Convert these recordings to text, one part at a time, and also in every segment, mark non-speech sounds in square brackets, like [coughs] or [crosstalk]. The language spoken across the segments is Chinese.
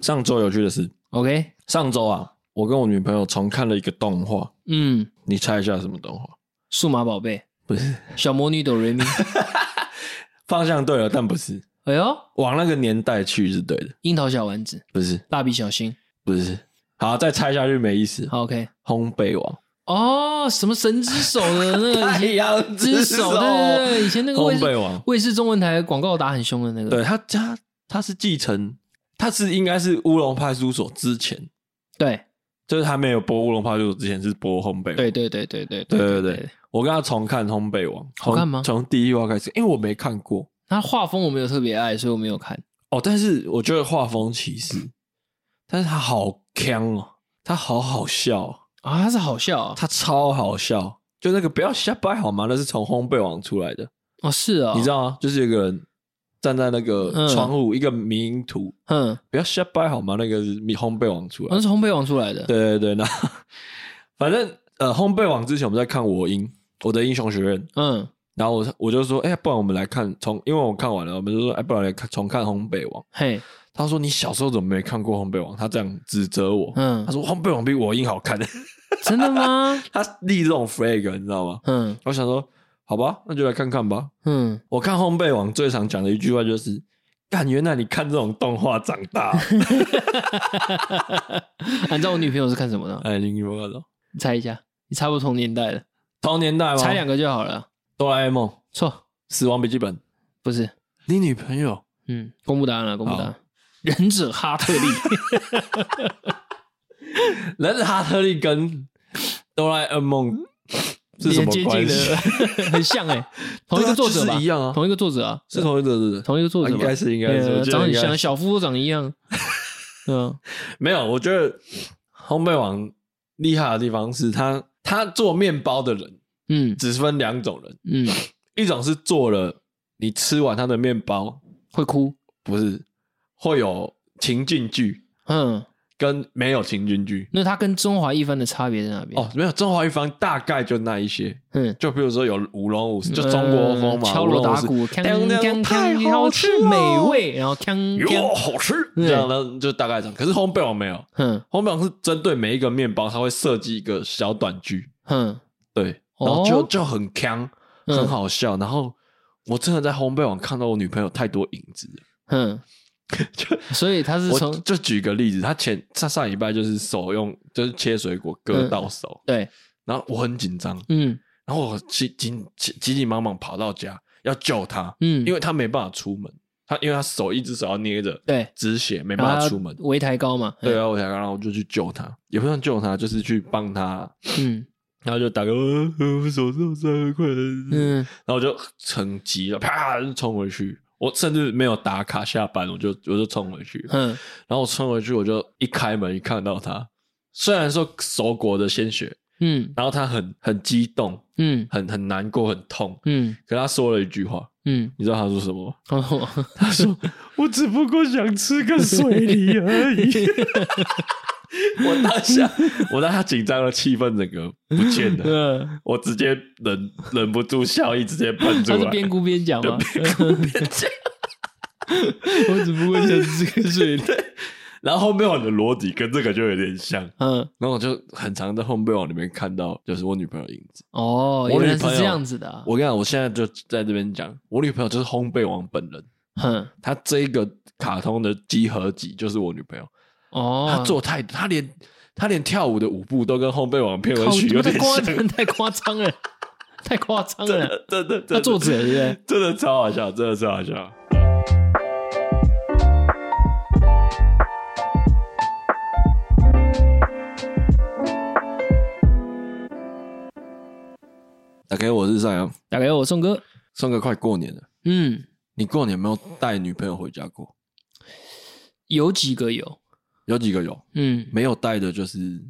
上周有趣的事， OK，上周啊，我跟我女朋友重看了一个动画，嗯，你猜一下什么动画？数码宝贝、不是小魔女哆瑞咪，方向对了，但不是哎呦，往那个年代去是对的，樱桃小丸子、不是蜡笔小新不是。好，再猜下去没意思。好，OK，烘焙王，哦，什么神之手的那个哎以前阳之哎手，对对对，以前那个卫烘视焙王，卫视中文台广告打很凶的那个，对他他他是继承，他是应该是乌龙派出所之前，对就是他没有播乌龙派出所之前是播烘焙王。对对对对对对对对，我跟他重看烘焙王，好看吗从从第一话开始，因为我没看过他画风我没有特别爱，所以我没有看。哦，但是我觉得画风其实，但是他好强哦，他好好笑哦、啊，他是好笑啊！他超好笑，就那个不要瞎掰好吗？那是从烘焙王出来的，哦，是哦，你知，道吗？就是有一个人站在那个嗯窗户，一个迷因图，嗯，不要瞎掰好吗？那个是米烘焙王出来那的，是烘焙王出来的，对对对，那反正呃，烘焙王之前我们在看我英，我的英雄学院，嗯，然后我我就说，哎、不然我们来看重，因为我看完了，我们就说，哎、不然来看重看烘焙王。嘿，他说你小时候怎么没看过烘焙王？他这样指责我，嗯他，说烘焙王比我英好看， [laughs] 真的吗？他立这种 flag，你知道吗？ [laughs] 嗯我想说，好吧，那就来看看吧。嗯，我看烘焙王最常讲的一句话就是：“干，原来你看这种动画长大。 [laughs] 啊你知道我女朋友是看什么”的？哎，你有没有看到？你猜一下，你差不多同年代的，同年代吗？猜两个就好了。哆啦 A 梦、错，死亡笔记本。不是，你女朋 [laughs] 友嗯，公布答案了，公布答好案，忍者哈特利，忍者哈特利跟哆啦 A 梦 [laughs] 是什也么接近关 [laughs] 系？的，很像哎，同一个作者对啊吧就是一？样啊，同一个作者啊，是同一个是同一个作者吧，应该是应该是对啊我觉得长得很应该像，是小夫都长一 [laughs] 样，嗯，没有，我觉得烘焙王厉害的地方是他，他做面包的人嗯只分两种人，嗯，一种是做了你吃完他的面包，会哭，不是会有情境剧嗯，跟没有情境剧。那他跟中华一番的差别在哪边？哦，没有，中华一方大概就那一些，嗯，就比如说有舞龙舞狮，就中国风嘛，呃敲舞锣龙舞打狮哎鼓，当锵当锵太锵，好好吃吃了美味，然后锵哟，锵，好吃，对这样呢就大概这样。可是烘焙王没有，哼烘焙王是针对每一个面包，它会设计一个小短剧，哼，对，然后就、哦就很强，嗯很好笑。然后我真的在烘焙网看到我女朋友太多影子了。哼， [laughs] 就所以他是我从就举个例子，她前上上礼拜就是手用就是切水果割嗯到手，对，然后我很紧张，嗯然后我急紧急急急忙忙跑到家要救她，嗯，因为为她没办法出门，她因为她手一只手要捏着对，止血，没没办法出门。围台高嘛，对啊，我才然后我就去救她，也不算救她，就是去帮她，嗯然后就打个呃呃手受伤了，快点，嗯然后我就很急了，啪就冲回去。我甚至没有打卡下班，我就我就冲回去。嗯然后我冲回去，我就一开门一看到他，虽然说手裹着鲜血，嗯然后他很很激动，嗯很很难过，很痛。嗯可他说了一句话，嗯，你知道他说什么吗？ [laughs] 哦，他说：“ [laughs] 我只不过想吃个水梨而已。” [laughs] 我当下，我当下紧张的气氛整个不见了， [laughs] 嗯，我直接忍忍不住笑意直接喷出他来。是边哭边讲吗？ [laughs] 我只不过想吃 [laughs] 个水梨，然后后面我的逻辑跟这个就有点像，嗯然后我就很常在烘焙网里面看到，就是我女朋友的影子。哦，我原女来是朋友这样子的啊，我跟你讲，我现在就在这边讲，我女朋友就是烘焙王本人，哼她这一个卡通的集合集就是我女朋友，哦，她做太，她连她连跳舞的舞步都跟烘焙王片尾靠曲有太点夸像，张，太夸张了，太夸张真了。的真的，真他的作者对不对？真的超好笑，真的超好笑。打给我是这样，大概我宋哥，宋哥快过年了，嗯，你过年有没有带女朋友回家过？有几个有，有几个有，嗯，没有带的就是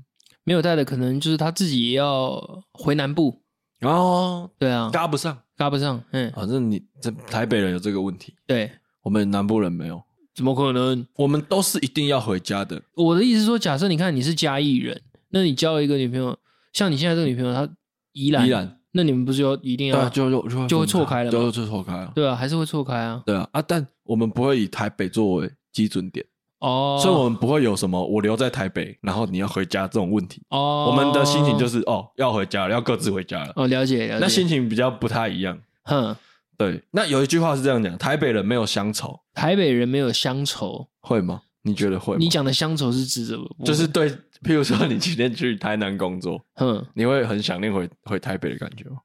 没有带的可能就是他自己也要回南部，哦，对啊，搭不上。搭不上，嗯，反正你这台北人有这个问题，对，我们南部人没有，怎么可能？我们都是一定要回家的。我的意思是说，假设你看你是嘉义人，那你交了一个女朋友，像你现在这个女朋友，她宜兰，依然，那你们不是要一定对要啊，就就就就会错开了嘛就就错开了。对啊，还是会错开啊？对啊，啊，但我们不会以台北作为基准点，哦，所以我们不会有什么我留在台北，然后你要回家这种问题。哦，我们的心情就是哦，要回家了，要各自回家了。哦，了解了解。那心情比较不太一样。哼，对，那有一句话是这样讲：台北人没有乡愁，台北人没有乡愁，会吗？你觉得会吗？你讲的乡愁是指什么？就是对，譬如说你今天去台南工作，哼，你会很想念回回台北的感觉吗？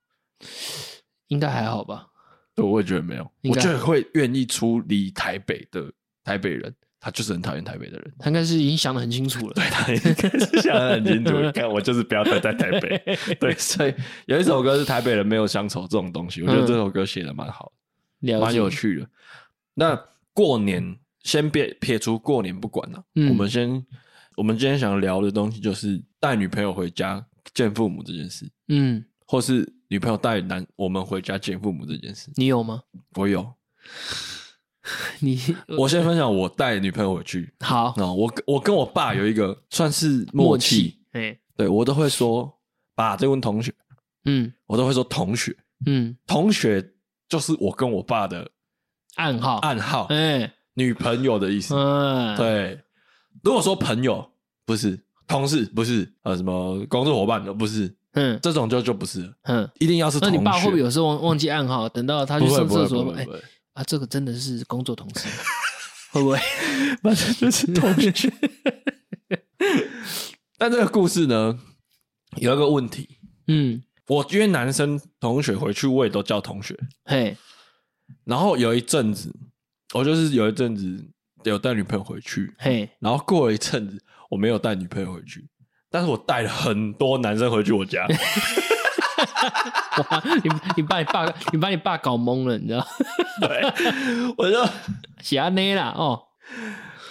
应该还好吧。对，我也觉得没有，应我该觉得会愿意出离台北的台北人，他就是很讨厌台北的人。他应该是已经想得很清楚了。对他应该是想得很清楚，你看我就是不要待在台 [laughs] 北。对，所以有一首歌是《台北人没有乡愁》这种东西，我觉得这首歌写的蛮好，嗯了解，蛮有趣的。那过年先别撇除过年不管了、嗯我们先我们今天想聊的东西就是带女朋友回家见父母这件事，嗯，或是女朋友带男我们回家见父母这件事。你有吗？ [laughs] 我有，你我先分享我带女朋友回去。好那、我我跟我爸有一个算是默契，，哎，对我都会说爸这问同学，嗯我都会说同学，嗯，同学就是我跟我爸的暗号，暗号，哎，女朋友的意思。嗯，，对，如果说朋友不是，同事不是，呃，什么工作伙伴不是，嗯这种就就不是了，嗯。一定要是那同学。你爸会不会有时候忘忘记暗号？等到他去不会上不会厕不所，会哎不会，啊，这个真的是工作同 [laughs] 事，会不会？反正就是同 [laughs] 学。但这个故事呢，有一个问题，嗯，我约男生同学回去，我也都叫同学。嘿，然后有一阵子，我就是有一阵子有带女朋友回去，嘿，然后过了一阵子，我没有带女朋友回去，但是我带了很多男生回去我家。哇，你你把你爸你把你爸搞懵了，你知道？对，我就喜安内啦，哦，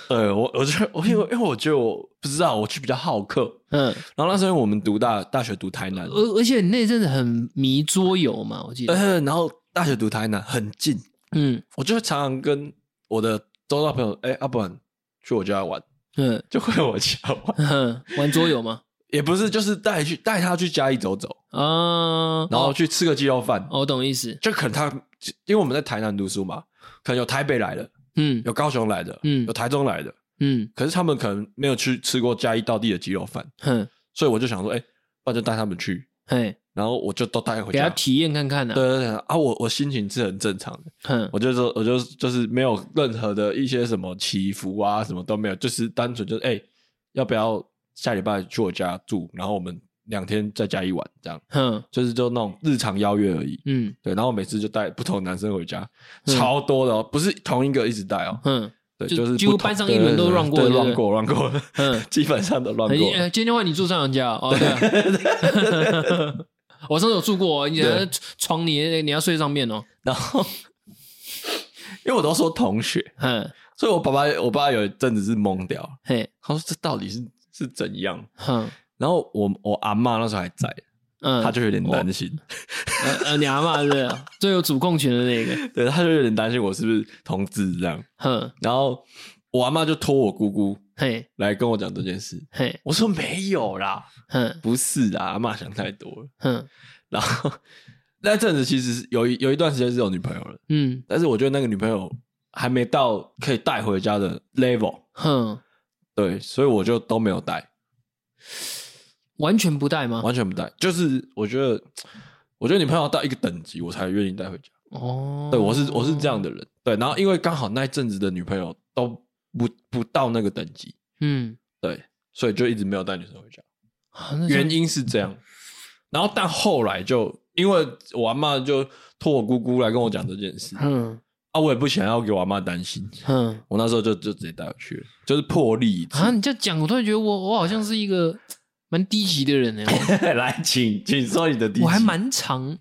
对我，我就我因为因为我觉得我不知道，我去比较好客。嗯，然后那时候我们读大大学读台南，而而且你那阵子很迷桌游嘛，我记得，呃，然后大学读台南很近，嗯我就常常跟我的周遭朋友，哎、要不然去我家玩，嗯就回我家玩，嗯，玩桌游 [laughs] 吗？也不是就是带去带他去家里走走，啊，然后去吃个鸡肉饭，哦我懂意思，就可能他因为我们在台南读书嘛，可能有台北来的，嗯有高雄来的，嗯有台中来的，嗯可是他们可能没有去吃过嘉义道地的鸡肉饭，哼，所以我就想说，哎、不然就带他们去，嘿，然后我就都带回给他家。体验看看对呐，对对啊，我我心情是很正常的，哼，我就说，我就就是没有任何的一些什么起伏啊，什么都没有，就是单纯就是，哎、要不要下礼拜去我家住，然后我们两天在家一晚，这样哼，就是就那种日常邀约而已。嗯对，然后我每次就带不同男生回家，嗯超多的哦，不是同一个一直带哦，哼，对，就就是不几乎同班上对一轮都对对乱过对对不乱过，乱过，嗯 [laughs] 基本上都乱很过。呃今天换你住上阳家哦，哦对啊， [laughs] 我上次有住过哦，你对床你你要睡上面哦，然后，因为我都说同学，哼，所以我爸爸我爸有一阵子是懵掉，嘿，他说这到底是是怎样？哼，然后我我阿妈那时候还在，嗯，他就有点担心，呃呃，你阿嬷是不是最有主控权的那个，对，他就有点担心我是不是同志这样。哼，然后我阿妈就托我姑姑嘿，来跟我讲这件事，嘿，我说没有啦，哼，不是啊，阿妈想太多了。哼，然后 [laughs] 那阵子其实是有一有一段时间是有女朋友了，嗯，但是我觉得那个女朋友还没到可以带回家的 level，哼，对，所以我就都没有带，完全不带吗？完全不带。就是我觉得，我觉得女朋友要到一个等级，我才愿意带回家。哦，对我是我是这样，的人，对。然后因为刚好那一阵子的女朋友都不不到那个等级，嗯，对，所以就一直没有带女生回家。啊那这样原因是这样，然后但后来就因为我阿妈就托我姑姑来跟我讲这件事嗯啊，我也不想要给我阿妈担心，嗯我那时候就就直接带回去了，就是破例一次。啊，你这样讲，我突然觉得我我好像是一个蛮低级的 [laughs] 人呢。欸来，请请说你的第一集我还蛮常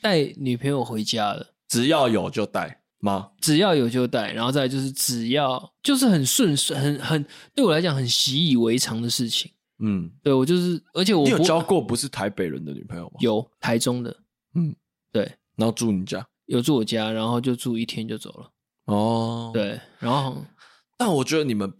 带女朋友回家的，只要有就带吗？只要有就带，然后再来就是只要就是很顺顺，很很对我来讲很习以为常的事情。嗯，对我就是，而且我你有不交过不是台北人的女朋友吗？，有台中的，嗯，对，然后住你家有住我家，然后就住一天就走了。哦。，对，然后但我觉得你们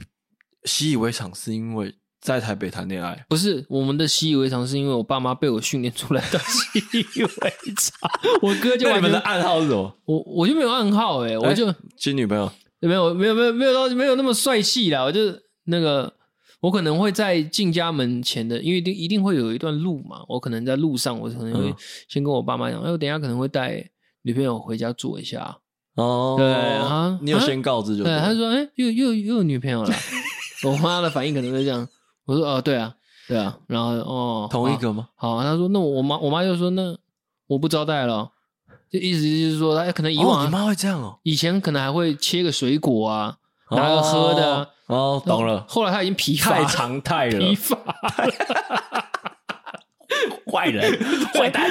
习以为常，是因为在台北谈恋爱。不是我们的习以为常，是因为我爸妈被我训练出来的习以为常。我哥就那完你们的全，暗号是什么？我我就没有暗号哎、我就新女朋友没有没有没有没有到没有那么帅气啦，我就是那个我可能会在进家门前的，因为一定一定会有一段路嘛，我可能在路上，我可能会嗯先跟我爸妈讲，哎，我等一下可能会带女朋友回家坐一下，哦，对啊你有先告知就对对，了他就说，哎，又又又有女朋友 [laughs] 了，我妈的反应可能会这样，我说哦，对啊，对啊，然后哦，同一好个吗？好，他说那我妈我妈就说那我不招待了，就意思就是说哎他可能以哦，往、啊你妈会这样哦，以前可能还会切个水果啊，拿个喝的啊、哦，哦懂了，后来他已经疲乏太常态 [laughs] 了疲，乏，坏人， [laughs] 坏蛋。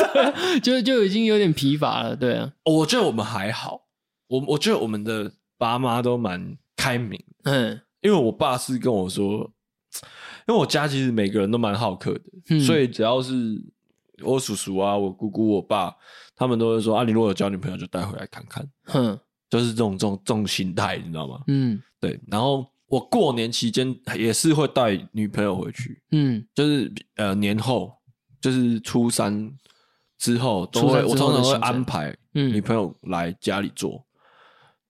[laughs] 就就已经有点疲乏了，对啊，哦我觉得我们还好，我我觉得我们的爸妈都蛮开明的，嗯因为我爸是跟我说，因为我家其实每个人都蛮好客的，嗯所以只要是我叔叔啊、我姑姑、我爸，他们都会说啊，你如果有交女朋友就带回来看看，哼就是这种这种这种心态，你知道吗？嗯对，然后我过年期间也是会带女朋友回去，嗯就是呃年后，就是初三之后，都会初三之后我通常的会行程安排女嗯朋友来家里做，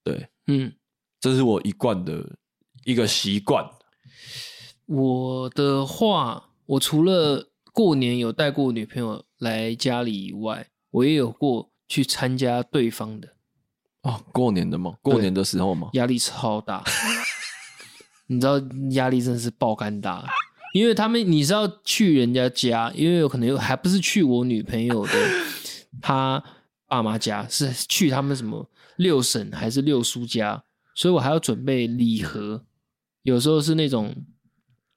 对，嗯，这是我一贯的一个习惯。我的话，我除了过年有带过女朋友来家里以外，我也有过去参加对方的，哦，过年的吗？过年的时候吗？压力超大， [laughs] 你知道压力真的是爆肝大。因为他们你是要去人家家，因为有可能有还不是去我女 [laughs] 朋友的她爸妈家，是去他们什么六婶还是六叔家，所以我还要准备礼盒，有时候是那种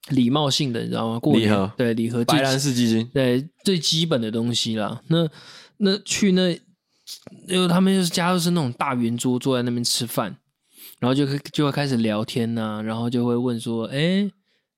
礼貌性的，你知道吗？过礼年盒对礼盒最白兰氏基金，对最基本的东西啦。那那去那，因为他们就是家就是那种大圆桌，坐在那边吃饭，然后就会就会开始聊天呐、然后就会问说：“哎、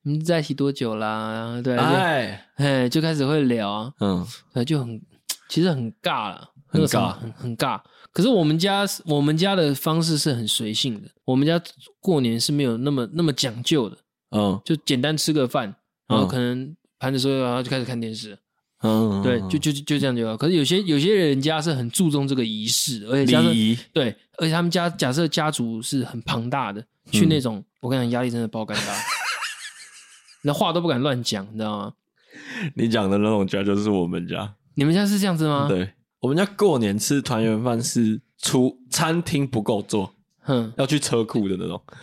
你们在一起多久啦？”对，哎、哎，嘿就开始会聊啊，嗯，对，就很其实很尬了，很那个时候尬很很尬。可是我们家我们家的方式是很随性的，我们家过年是没有那么那么讲究的，嗯，就简单吃个饭，然后嗯可能盘子收拾好，然后就开始看电视。嗯，对，就就就这样就好。可是有些有些人家是很注重这个仪式的，而且加上礼仪，对，而且他们家假设家族是很庞大的，去嗯那种、我跟你讲压力真的爆肝大，那话都不敢乱讲，你知道吗？你讲的那种家就是我们家。你们家是这样子吗？，对，我们家过年吃团圆饭是出餐厅不够做，哼，要去车库的那种，嗯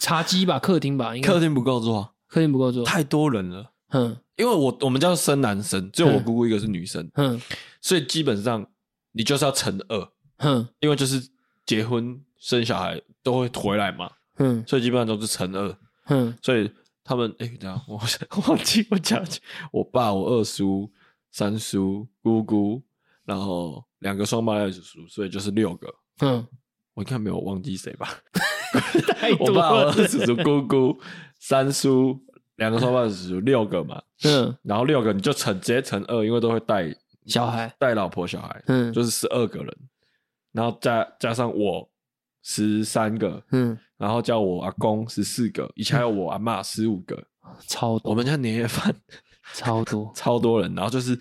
茶几吧，客厅吧，应该客厅不够做啊，客厅不够坐，太多人了。哼因为我我们家生男生，只有我嗯姑姑一个是女生，哼所以基本上你就是要乘二，哼因为就是结婚生小孩都会回来嘛，哼所以基本上都是乘二。哼，所以他们哎、等一下我 [laughs] 我忘记我讲，我爸、我二叔、三叔、姑姑，然后两个双胞胎叔叔，所以就是六个。哼，我应该没有忘记谁吧？太我多 [laughs] 爸、我了二，叔、叔、姑姑、三叔，两个双胞胎叔叔，六个嘛。嗯，然后六个你就乘直接乘二，因为都会带小孩，带老婆小孩，嗯就是十二个人，然后加加上我十三个，嗯，然后叫我阿公十四个，以前还有我阿妈十五个。超我多们家年夜饭 [laughs] 超多，超多人，然后就是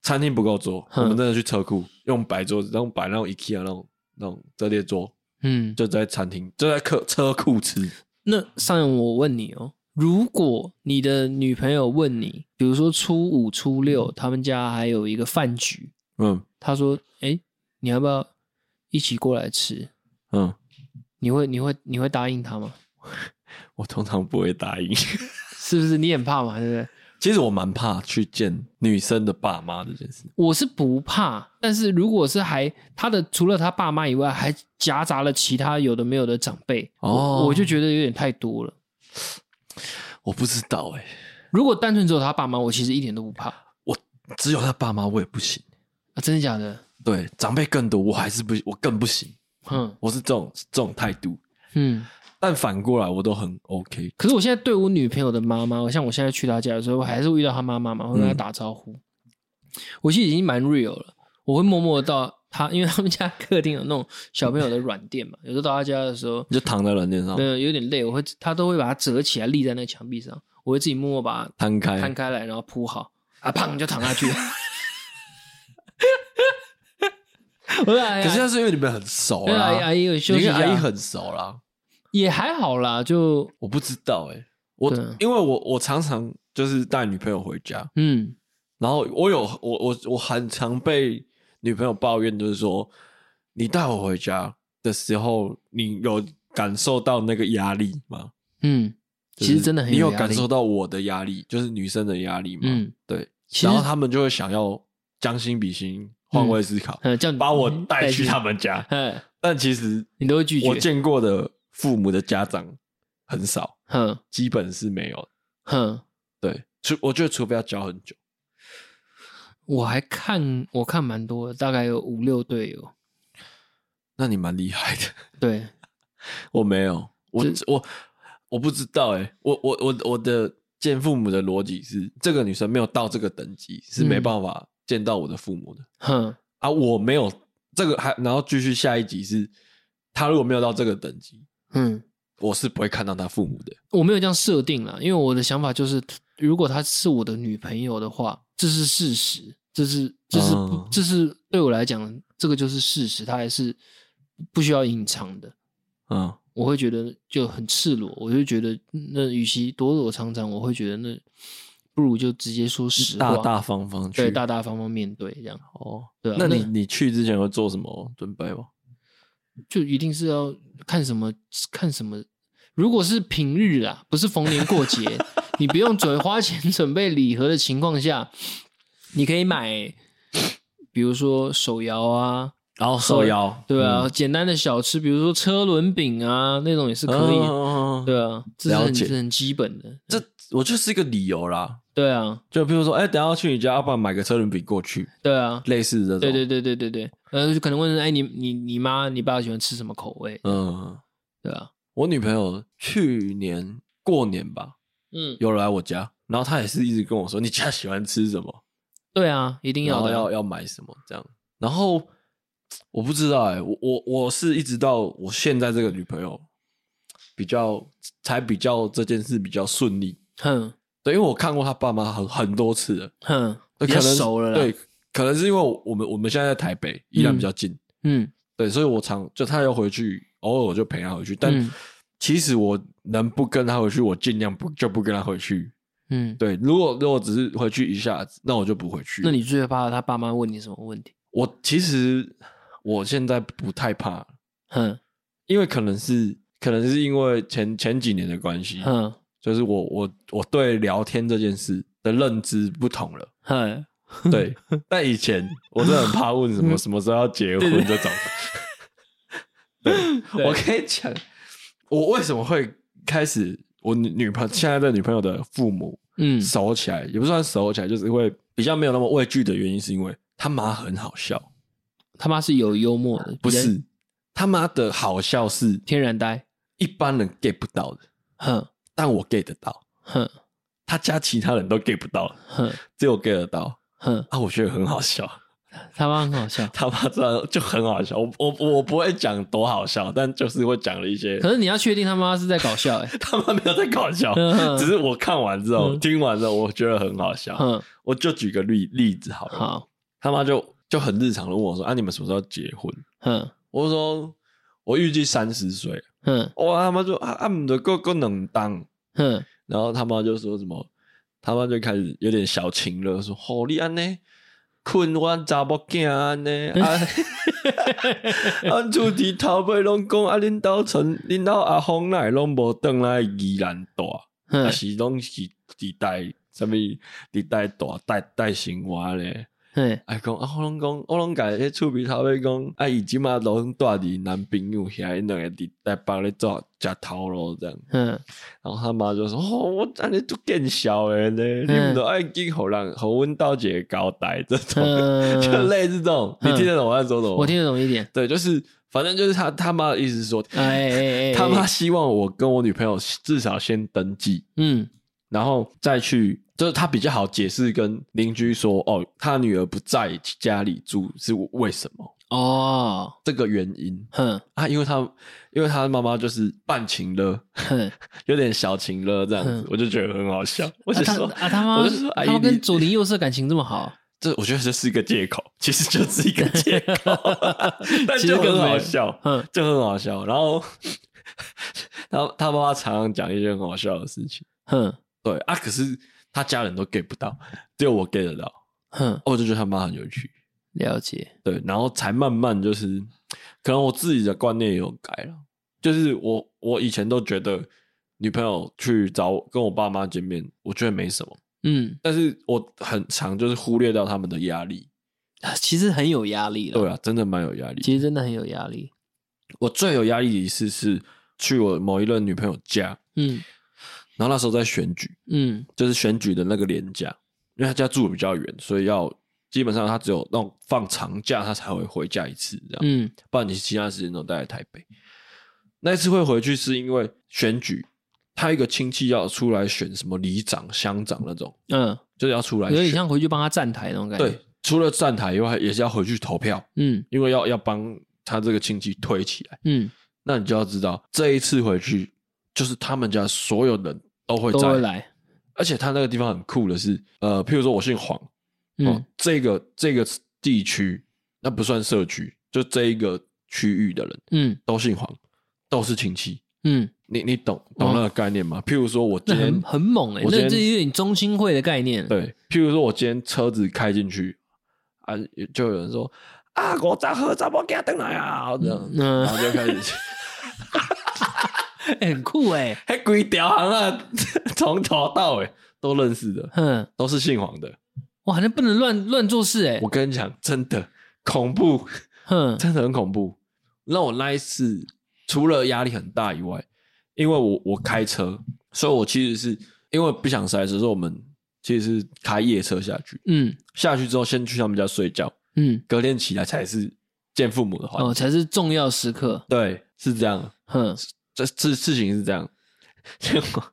餐厅不够坐，我哼们真的去车库用白桌子，然后摆那种 IKEA 那种那种折叠桌，嗯，就在餐厅就在客车库吃。那上人，我问你哦，如果你的女朋友问你，比如说初五、初六，他们家还有一个饭局，嗯她说：“哎、你要不要一起过来吃嗯，？”你会、你会、你会答应她吗？我通常不会答应。 [laughs] 是不是？你很怕嘛，对不对？其实我蛮怕去见女生的爸妈这件事。我是不怕，但是如果是还她的除了她爸妈以外，还夹杂了其他有的没有的长辈，哦我我就觉得有点太多了。我不知道哎、如果单纯只有她爸妈，我其实一点都不怕啊！只有他爸妈我也不行。真的假的？对，长辈更多，我还是不，我更不行。嗯我是这种这种态度，嗯。但反过来我都很 OK。可是我现在对我女朋友的妈妈，像我现在去她家的时候，我还是会遇到她妈妈嘛，会跟她打招呼。我其实已经蛮 real 了，我会默默地到她，因为他们家客厅有那种小朋友的软垫嘛，有时候到她家的时候，你就躺在软垫上嗯、有点累，我会她都会把它折起来立在那个墙壁上，我会自己默默把摊它开，摊开来，然后铺好，啊，砰就躺下去。不是阿姨可是那是因为你们很熟对啊啦，阿姨有休你息一跟下阿姨很熟啦。也还好啦，就我不知道哎、我对啊因为我我常常就是带女朋友回家，嗯然后我有我我我很常被女朋友抱怨，就是说你带我回家的时候，你有感受到那个压力吗？嗯，就其实是真的很你有压感力受到我的压力，就是女生的压力吗？嗯，对，其然后实他们就会想要将心比心，换位思考，呃，这样把我带去他，们家。嗯，但其实你都会拒我绝，见过的父母的家长很少，哼基本是没有。哼，对，除我觉得除非要教很久，我还看我看蛮多的，大概有五六队友，那你蛮厉害的。对， [laughs] 我没有，我我我不知道哎、我我我我的见父母的逻辑是，这个女生没有到这个等级是没嗯办法见到我的父母的、哼啊，我没有这个还，然后继续下一集是，她如果没有到这个等级，嗯，我是不会看到她父母的。我没有这样设定啦，因为我的想法就是，如果她是我的女朋友的话，这是事实，这是这是、哦这是对我来讲，这个就是事实，她还是不需要隐藏的。嗯，我会觉得就很赤裸，我就觉得那与其躲躲藏藏，我会觉得那不如就直接说实话，大大方方去。对大大方方面对，这样哦，对啊。那你你去之前会做什么准备吗？就一定是要看什么看什么。如果是平日啊，不是逢年 [laughs] 过节，你不用准花钱准备礼盒的情况下，你可以买，比如说手摇啊，然后手摇，对啊，简单的小吃，比如说车轮饼啊，那种也是嗯，可以，嗯嗯嗯对啊，这是了很解这是很基本的，这我就是一个理由啦。对啊，就比如说，哎、等一下要去你家，要不然买个车轮饼过去，对啊，类似这种。对对，对对对对，呃，就可能问说，哎，你你你妈你爸喜欢吃什么口味？嗯，对啊，我女朋友去年过年吧，嗯，有来我家，然后她也是一直跟我说，你家喜欢吃什么，对啊，一定然要后的啊，要要买什么这样。然后我不知道哎、我我我是一直到我现在这个女朋友比较才比较这件事比较顺利，哼对，因为我看过她爸妈很很多次了，哼，可比较能是熟了啦，对，可能是因为我们我们现在在台北，依然比较近，嗯对，所以我常就他要回去，偶尔我就陪他回去，但嗯其实我能不跟他回去，我尽量不就不跟他回去。嗯，对，如果如果只是回去一下子，那我就不回去。那你最怕他爸妈问你什么问题？我其实我现在不太怕，哼因为可能是可能是因为前前几年的关系，哼就是我我我对聊天这件事的认知不同了。哼，对，但以前我真的很怕问什嗯么什么时候要结婚这种。对，对我可以讲，我为什么会开始我女女朋现在的女朋友的父母嗯熟起来，也不算熟起来，就是会比较没有那么畏惧的原因，是因为他妈很好笑，他妈是有幽默的，不比较是他妈的好笑是天然呆，一般人 get 不到的，哼但我 get 得到，哼他家其他人都 get 不到，哼只有 get 得到哼，啊，我觉得很好笑。。他妈很好笑他妈这样就很好笑。我我我不会讲多好笑，但就是会讲了一些可是你要确定他妈是在搞笑哎， [laughs] 他妈没有在搞笑，嗯哦只是我看完之后、嗯听完之后，我觉得很好笑。哼，我就举个例例子好了，好，他妈就就很日常的问我说：“啊，你们什么时候结婚哼？”我就说：“我预计三十岁。哼”哇，他妈就啊啊，你的够够能当。哼然后他妈就说什么，他妈就开始有点小情了，说好你安呢，困我查某囝安呢，啊，俺厝伫头尾拢讲啊，恁兜陈恁兜阿峰来拢无转来宜兰大，啊哼是拢是伫带什物伫带大带带生活咧。哼，哎，讲啊，我拢讲，我拢甲迄厝边头尾讲，啊，伊即马拢住伫男朋友遐，因两个伫台北咧做食头路这样。哼然后他妈就说：“哦，我安尼都更小诶呢，你嗯们都爱给好让好温到姐交代这种， [laughs] 就哼，类似这种，你嗯听得懂我在说什么？我听，得懂一点。对，就是反正就是他他妈的意思是说，哎哎哎，他妈哎，希望我跟我女朋友至少先登记，嗯然后再去，就是他比较好解释跟邻居说，哦，他女儿不在家里住是为什么哦，这个原因哼啊，因为他因为他妈妈就是半情了。”哼，有点小情了这样子嗯，我就觉得很好笑。我啊就他说，啊他妈我就说，阿他姨妈跟你 [laughs] 左邻右舍感情这么好，这我觉得这是一个借口，其实就是一个借 [laughs] 口，但其实就根本很没好有笑，嗯就很好笑。然后他他妈妈常常讲一些很好笑的事情，哼对啊，可是他家人都 get 不到，只有我 get 得到，哦哼，我就觉得他妈很有趣，了解，对，然后才慢慢就是，可能我自己的观念也有改了，就是我我以前都觉得女朋友去找我跟我爸妈见面，我觉得没什么，嗯，但是我很常就是忽略到他们的压力，啊其实很有压力了，对啊，真的蛮有压力。其实真的很有压力，我最有压力的一次是去我某一任女朋友家，嗯然后那时候在选举，嗯就是选举的那个年假，因为他家住得比较远，所以要基本上他只有那种放长假他才会回家一次，这样，嗯不然你其他时间都待在台北。那一次会回去是因为选举，他一个亲戚要出来选什么里长、乡长那种，嗯，就是要出来有点选。像回去帮他站台那种感觉，对，，除了站台以外，也是要回去投票，嗯因为要要帮他这个亲戚推起来。嗯，那你就要知道，这一次回去就是他们家所有人都会都在，会来，而且他那个地方很酷的是，呃，譬如说我姓黄，哦嗯，这个这个地区那不算社区，就这一个区域的人嗯都姓黄，都是亲戚。嗯，你你懂懂那个概念吗？譬如说我那今天很很猛哎、我今那天这有点中心会的概念，，对，譬如说我今天车子开进去啊，就有人说啊，我咋喝咋不给他等来啊，这样，嗯然后就开始。 [laughs] 欸很酷哎、还鬼屌行啊，从头到尾都认识的，哼，都是姓黄的。哇，那不能乱乱做事哎、我跟你讲，真的恐怖，哼，真的很恐怖。让我那一次除了压力很大以外，因为我我开车，所以我其实是因为不想塞车，所以我们其实是开夜车下去。嗯下去之后，先去他们家睡觉，嗯，隔天起来才是见父母的环哦，节。才是重要时刻，对，是这样。哼，这事事情是这样， [laughs] 结果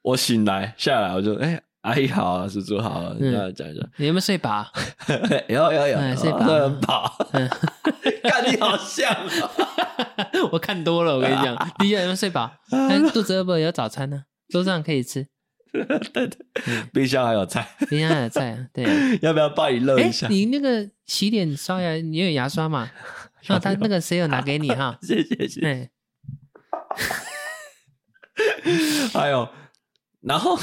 我醒来下来，我就哎、阿姨好啊，叔叔好啊，嗯跟他讲一 [laughs] 下，你有没有睡 [laughs] 饱？有有有，哎睡这吧很饱 [laughs] 嗯，看你好像哦、 [laughs] 我看多了，我跟你讲，第一有没有睡饱？哎，肚子饿不饿？有早餐呢、桌上可以吃， [laughs] 对对，嗯冰箱还有菜，冰箱还有菜啊。 [laughs] 对啊，要不要帮你热哎一下，？？你那个洗脸刷牙，你有牙刷吗？啊，他那个谁有拿给你哈 [laughs] [laughs] 谢谢谢谢，哎，还有，哎然后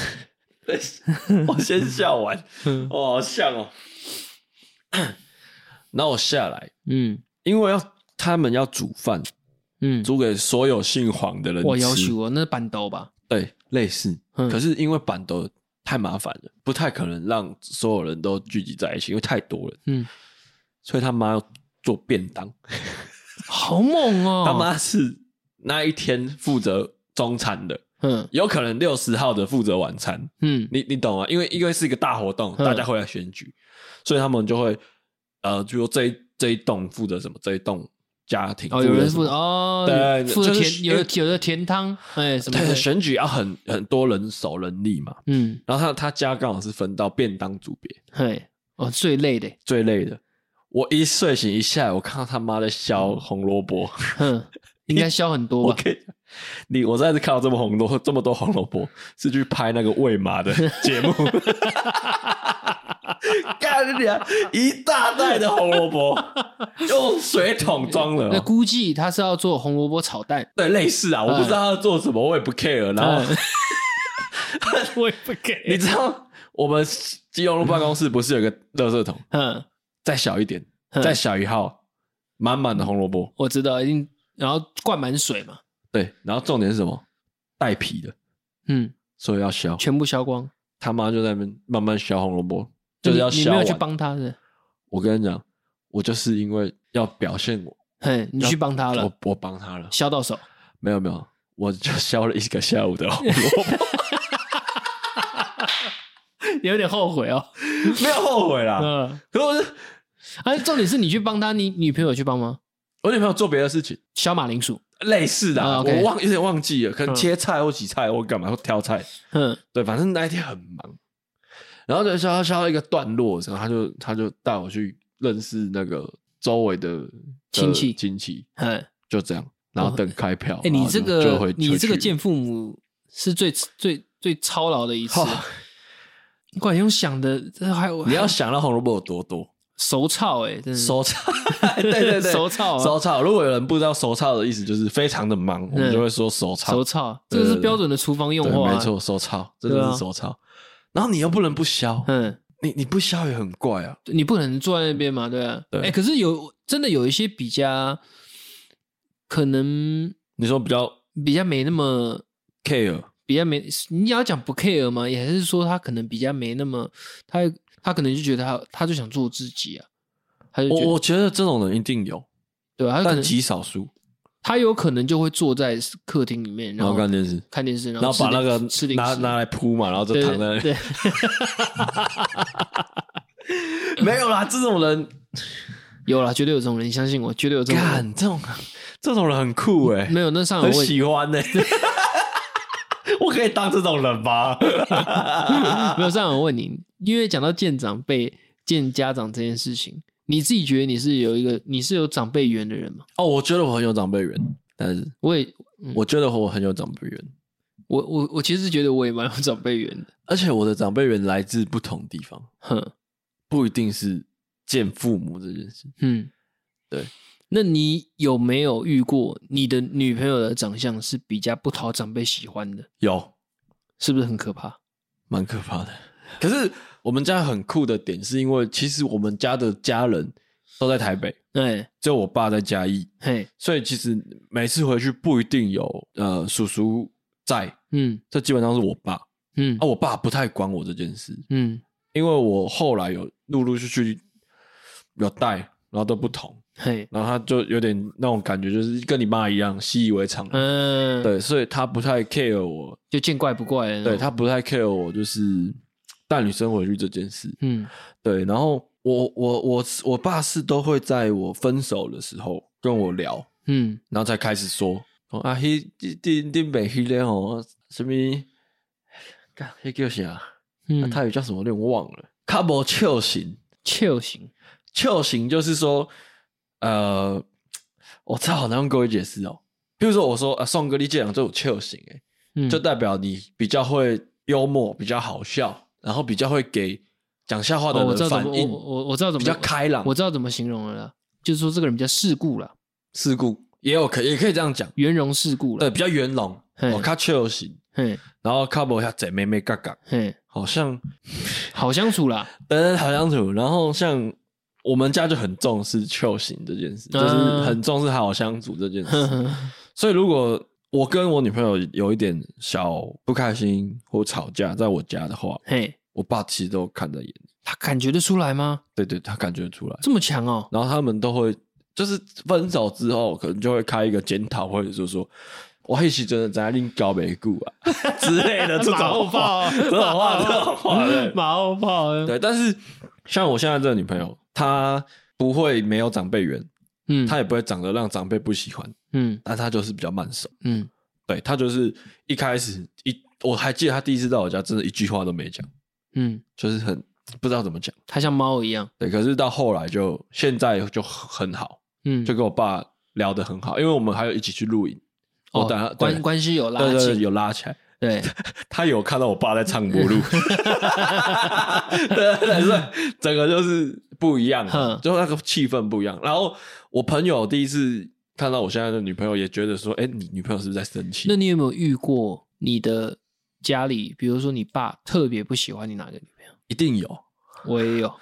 我先笑完，嗯哇，好像哦，然后我下来，嗯因为要他们要煮饭，嗯，煮给所有姓黄的人我要吃求。我那是板豆吧？对，类似。嗯可是因为板凳太麻烦了，不太可能让所有人都聚集在一起，因为太多了， [laughs] 嗯，所以他妈要做便当。好猛哦！他妈是那一天负责中餐的，嗯有可能六十号的负责晚餐。嗯你你懂吗？因为因为是一个大活动，嗯大家会来选举，所以他们就会呃，就说这一这一栋负责什么，这一栋家庭哦，有人什负么责哦，对负责就是甜，有的有的甜汤，哎，什么对的，选举要很很多人手人力嘛。嗯，然后他他家刚好是分到便当组别，嘿，哦，最累的，最累的。我一睡醒一下来，我看到他妈在削红萝卜， [laughs] 哼，嗯应该消很多我吧？跟你讲，你我再次看到这么红萝这么多红萝卜，是去拍那个喂马的节目。 [laughs] 干你、啊！一大袋的红萝卜，用水桶装了那 [laughs] 哦、估计他是要做红萝卜炒蛋，对，类似啊，我不知道他在做什么，我也不 care。然后嗯 [laughs] 我也不 [laughs] 给你知道，我们基隆路办公室不是有个垃圾桶，嗯，再小一点，嗯再小一号，满满的红萝卜。我知道，一定，然后灌满水嘛，对，然后重点是什么？带皮的，嗯，所以要削。全部消光，他妈就在那边慢慢削红萝卜，就是要你你削没完。有去帮他的，我跟你讲，我就是因为要表现我，嘿，你去帮他了，我我帮他了。消到手，没有没有，我就削了一个下午的红萝 [laughs] 卜， [laughs] 有点后悔哦，没有后悔啦。嗯，可是我是哎，重点是你去帮他，你女朋友去帮吗？我女朋友做别的事情，削马铃薯，类似的、啊啊， ，OK 我忘有点忘记了，可能嗯切菜或洗菜或干嘛或挑菜，嗯对，反正那一天很忙。然后就削削到一个段落的时候，他就他就带我去认识那个周围的的亲戚亲戚，嗯，就这样，然后等开票。哎、哎你这就个回你这个见见父母是最最最操劳的一次，哦哦管用想的，这还有你要想到红萝卜有多多，手操哎，真的是手 [laughs] 操，对对对，手操啊手操。如果有人不知道手操的意思，就是非常的忙，我们就会说手操手。操，对这对个是对标准的厨房用啊对，话，没，错，手操，真对的啊是手操。然后你又不能不削，嗯。你你不削也很怪啊。你不可能坐在那边嘛，对啊。对哎、可是有真的有一些比较，可能你说比较比较没那么， care，比较没，你要讲不 care 吗？也还是说他可能比较没那么，他他可能就觉得他他就想做自己啊，他就觉我得我觉得这种人一定有，对啊，他可哦但能极少数。他有可能就会坐在客厅里面，然然后哦后看电视，看电视，然然后吃把那零个吃零拿食拿来铺嘛，然后就对躺在那对里。对， [laughs] 没有啦，这种人，有啦，绝对有这种人，你相信我，绝对有这种人。干这种这种人很酷哎、没有，那上很有问喜欢欸 [laughs] 呢、我可以当这种人吗？ [laughs] 没有，上我问你，因为讲到见长辈、见家长这件事情，你自己觉得你是有一个你是有长辈缘的人吗？哦，我觉得我很有长辈缘，但是我也，嗯我觉得我很有长辈缘，我我我其实觉得我也蛮有长辈 [laughs] 缘的。而且我的长辈缘来自不同地方，哼，不一定是见父母这件事。嗯，对。那你有没有遇过你的女朋友的长相是比较不讨长辈喜欢的？有，是不是很可怕？蛮可怕的。可是我们家很酷的点，是因为其实我们家的家人都在台北，哎只有我爸在嘉义，嘿，所以其实每次回去不一定有呃叔叔在，嗯这基本上是我爸啊，嗯我爸不太管我这件事，嗯，因为我后来有陆陆续续有带，然后都不同，嘿，然后他就有点那种感觉，就是跟你妈一样习以为常，嗯，，对，所以他不太 care 我，就见怪不怪了。对，他不太 care 我，就是带女生回去这件事，嗯对，然后我我我我爸是都会在我分手的时候跟我聊，嗯，然后才开始说，哦、啊，迄顶顶北迄个哦，什么，干迄叫啥？嗯，啊、他泰语叫什么？有点忘了。卡无笑型， chill 型，笑型就是说，呃，我这好难用各位解释哦。比如说，我说啊，宋哥你这样就有笑型，诶，嗯就代表你比较会幽默，比较好笑，然后比较会给讲笑话的哦，我知人道怎反么，我应，我我知道怎么比较开朗我，知道怎么形容了啦，就是说这个人比较世故啦，事故也有可也可以这样讲，圆融世故对，啦。比较圆融，嘿哦，卡笑型，嘿，然后卡无遐贼妹妹嘎嘎。嘿，好像好相 [laughs] 处啦，呃好相处，然后像我们家就很重视 chill 型这件事，嗯就是很重视好相处这件呵 [laughs] 事。呵所以如果我跟我女朋友有一点小不开心或吵架，在我家的话，嘿，我爸其实都看在眼里，他感觉得出来吗？对对，他感觉出来。这么强哦，然后他们都会就是分手之后，可能就会开一个检讨会，就说。我一起真的在另搞美股啊之类 [laughs] 的这种 [laughs] 马后炮话，啊这种话，这种话，对马后炮啊，对，但是像我现在这个女朋友，她不会没有长辈缘，嗯，她也不会长得让长辈不喜欢，嗯但她就是比较慢熟。嗯，对她就是一开始一，我还记得她第一次到我家，真的一句话都没讲，嗯，就是很不知道怎么讲。他像猫一样，对，可是到后来就现在就很好，嗯，就跟我爸聊得很好，因为我们还有一起去露营，我带她哦，关关系有拉啊对对对近，有拉起来。对，他有看到我爸在唱国 [laughs] 路，对对对，所以整个就是不一样啊哼，就那个气氛不一样。然后我朋友第一次看到我现在的女朋友，也觉得说：“哎、你女朋友是不是在生气那你有没有遇过你的家里，比如说你爸特别不喜欢你哪个女朋友？？”一定有，我也有，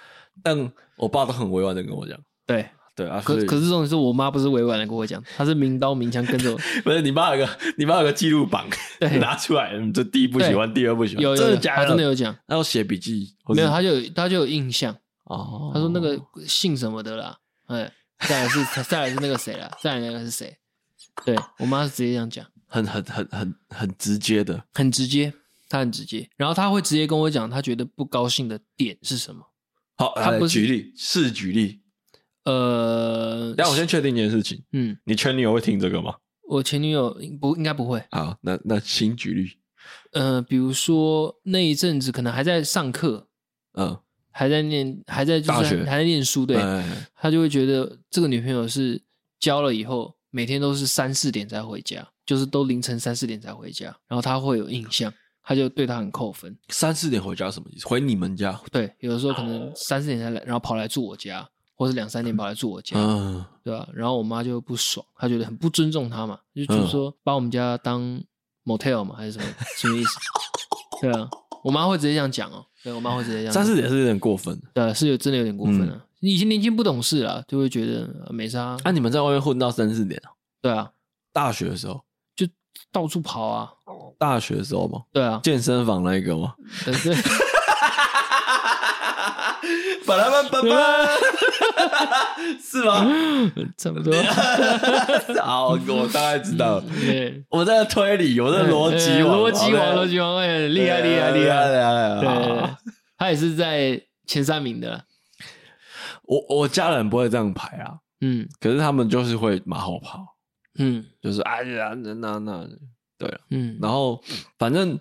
但我爸都很委婉的跟我讲，对，对啊，可所以可是这种是我妈不是委婉的跟我讲，她是明刀明枪跟着我。不是你妈有个你妈有个记录榜对拿出来，嗯，这第一不喜欢，第二不喜欢，有有真有的假她的？真的有讲，那要写笔记，或是没有她就有她就有印象，哦，她说那个姓什么的啦，哎，再来是 [laughs] 再来是那个谁啦，再来那个是谁？对我妈是直接这样讲，很很很很很直接的，很直接，她很直接，然后她会直接跟我讲她觉得不高兴的点是什么。好，他来不是举例是举例，呃，但我先确定一件事情。嗯，你前女友会听这个吗？我前女友不应该不会，好，那那请举例。呃，比如说那一阵子可能还在上课，嗯，还在念，还在就是大学还在念书，对，哎他就会觉得这个女朋友是交了以后，每天都是三四点才回家，就是都凌晨三四点才回家，然后他会有印象。他就对他很扣分。三四点回家什么意思？回你们家？对，有的时候可哦能三四点才来，然后跑来住我家，或是两三点跑来住我家，嗯，对吧、然后我妈就不爽，她觉得很不尊重他嘛，就嗯觉得说把我们家当 motel 嘛，还是什么什么意思？ [laughs] 对啊，我妈会直接这样讲哦、对我妈会直接这样讲三。四点是有点过分。对啊，是有真的有点过分嗯啊。以前年轻不懂事啊，就会觉得、呃没啥，啊那、你们在外面混到三四点啊？对啊，大学的时候，就到处跑啊，大学的时候吗？对啊，健身房那个吗？对对 [laughs] 巴拉巴巴巴， [laughs] 是吗？差不多。 [laughs] 好，我大概知 [laughs] 道了。对，哎我在推理，我在哎逻辑王，逻辑王，好逻不辑王，哎，好厉害，厉害，厉害害。害厉害对对，好对他也是在前三名的啦。我我家人不会这样排啊，嗯可是他们就是会马后炮，嗯就是哎呀，那那那，对了，嗯然后反正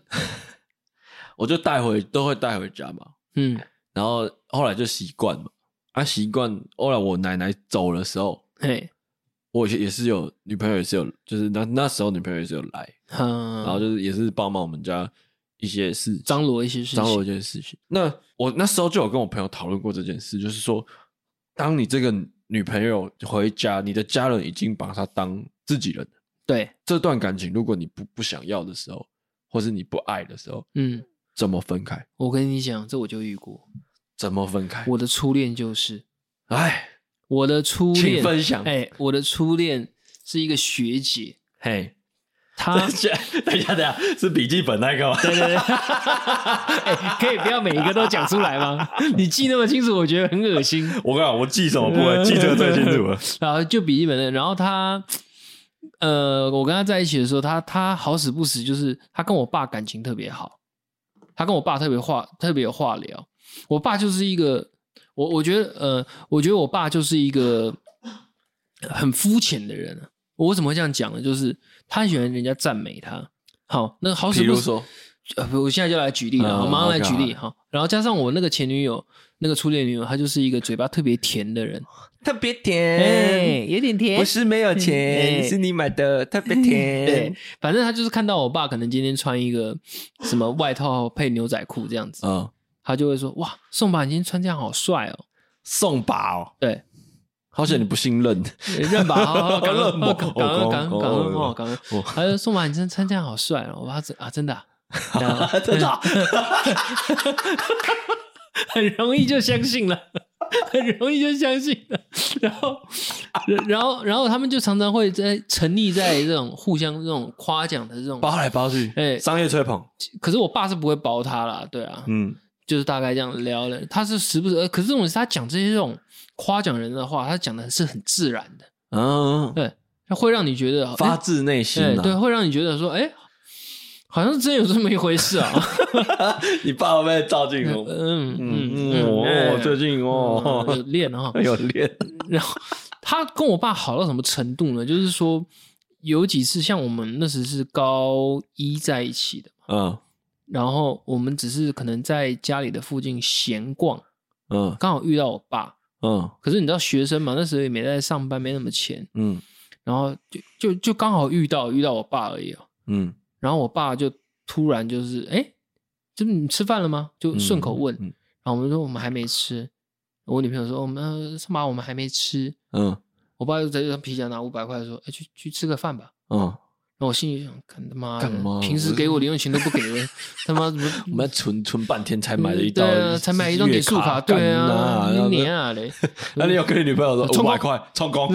我就带回，都会带回家嘛。嗯，然后后来就习惯嘛，啊习惯。后来我奶奶走的时候，嘿，我也是有女朋友，也是有，就是那那时候女朋友也是有来，嗯，然后就是也是帮忙我们家一些事，张罗一些事情张罗一些事情。那我那时候就有跟我朋友讨论过这件事，就是说，当你这个女朋友回家，你的家人已经把她当自己人了。对，这段感情，如果你不不想要的时候，或是你不爱的时候，嗯，怎么分开？我跟你讲，这我就遇过，怎么分开？我的初恋就是哎，我的初请恋，分享。哎，我的初恋是一个学姐，嘿， [laughs] 啊她等一下，等一下，是笔记本那个吗？对对对，哎， [laughs] 可以不要每一个都讲出来吗？ [laughs] 你记那么清楚，我觉得很恶心。 [laughs] 我跟你讲，我记什么不会记这个最清楚了。然后就笔记本的，然后他，呃，我跟他在一起的时候，他他好死不死就是他跟我爸感情特别好，他跟我爸特别话特别有话聊。我爸就是一个，我我觉得呃，我觉得我爸就是一个很肤浅的人啊。我为什么会这样讲呢？就是他很喜欢人家赞美他。好，那好 [laughs] 死比不如死说， [laughs] 呃，不我现在就来举例了，嗯我马上来举例 OK，哈。然后加上我那个前女友，那个初恋女友，她就是一个嘴巴特别甜的人，特别哎、甜，有点甜，不是没有哎钱，是你买的，特别 [laughs] 对甜。，反正他就是看到我爸可能今天穿一个什么外套配牛仔裤这样子，嗯，他就会说：“哇，宋爸你今天穿这样好帅哦。送吧哦，” [laughs] 对，好险你不信任。认吧，好好感 [laughs] 恩认吧哦感感恩感恩感恩哦哦感恩。他就说宋爸你今天穿这样好帅哦，我爸说啊真 [laughs] 的啊，然 [laughs] 后真的啊，很容易就相信了， [laughs] 很容易就相信了。然后，然后，然后他们就常常会在沉溺在这种互相这种夸奖的这 [laughs] 种，包来包去，哎商业吹捧，可是我爸是不会包他啦，对啊，嗯，就是大概这样聊了。他是时不时，呃可是这种他讲这些这种夸奖人的话，他讲的是很自然的，嗯，对，他会让你觉得发哎自内心哎啊。对，会让你觉得说，哎，好像真有这么一回事 [laughs] 啊。你爸会被照镜嗯哦， [laughs] 嗯哎嗯嗯嗯，哦，哎最近哦嗯有，练哈， [laughs] 有练，然后他跟我爸好到什么程度呢？就是说有几次，像我们那时是高一在一起的，嗯然后我们只是可能在家里的附近闲逛，嗯刚好遇到我爸。嗯可是你知道学生嘛，那时候也没在上班，没那么钱，嗯然后就就就刚好遇到遇到我爸而已、哦。嗯，然后我爸就突然就是哎，就是你吃饭了吗？就嗯顺口问。嗯然后我们说我们还没吃，我女朋友说我们呃，妈我们还没吃。嗯我爸就在这张皮夹拿五百块说：“哎、去去吃个饭吧。嗯，”然后我心里就想，干他妈的干嘛平时给我零用钱都 [laughs] 不给的，他妈怎么？我们要存存半天才买了一对张，啊，才买一张点数卡，干对呐啊，那你啊嘞， [laughs] 那你有跟你女朋友说充五公百块充公，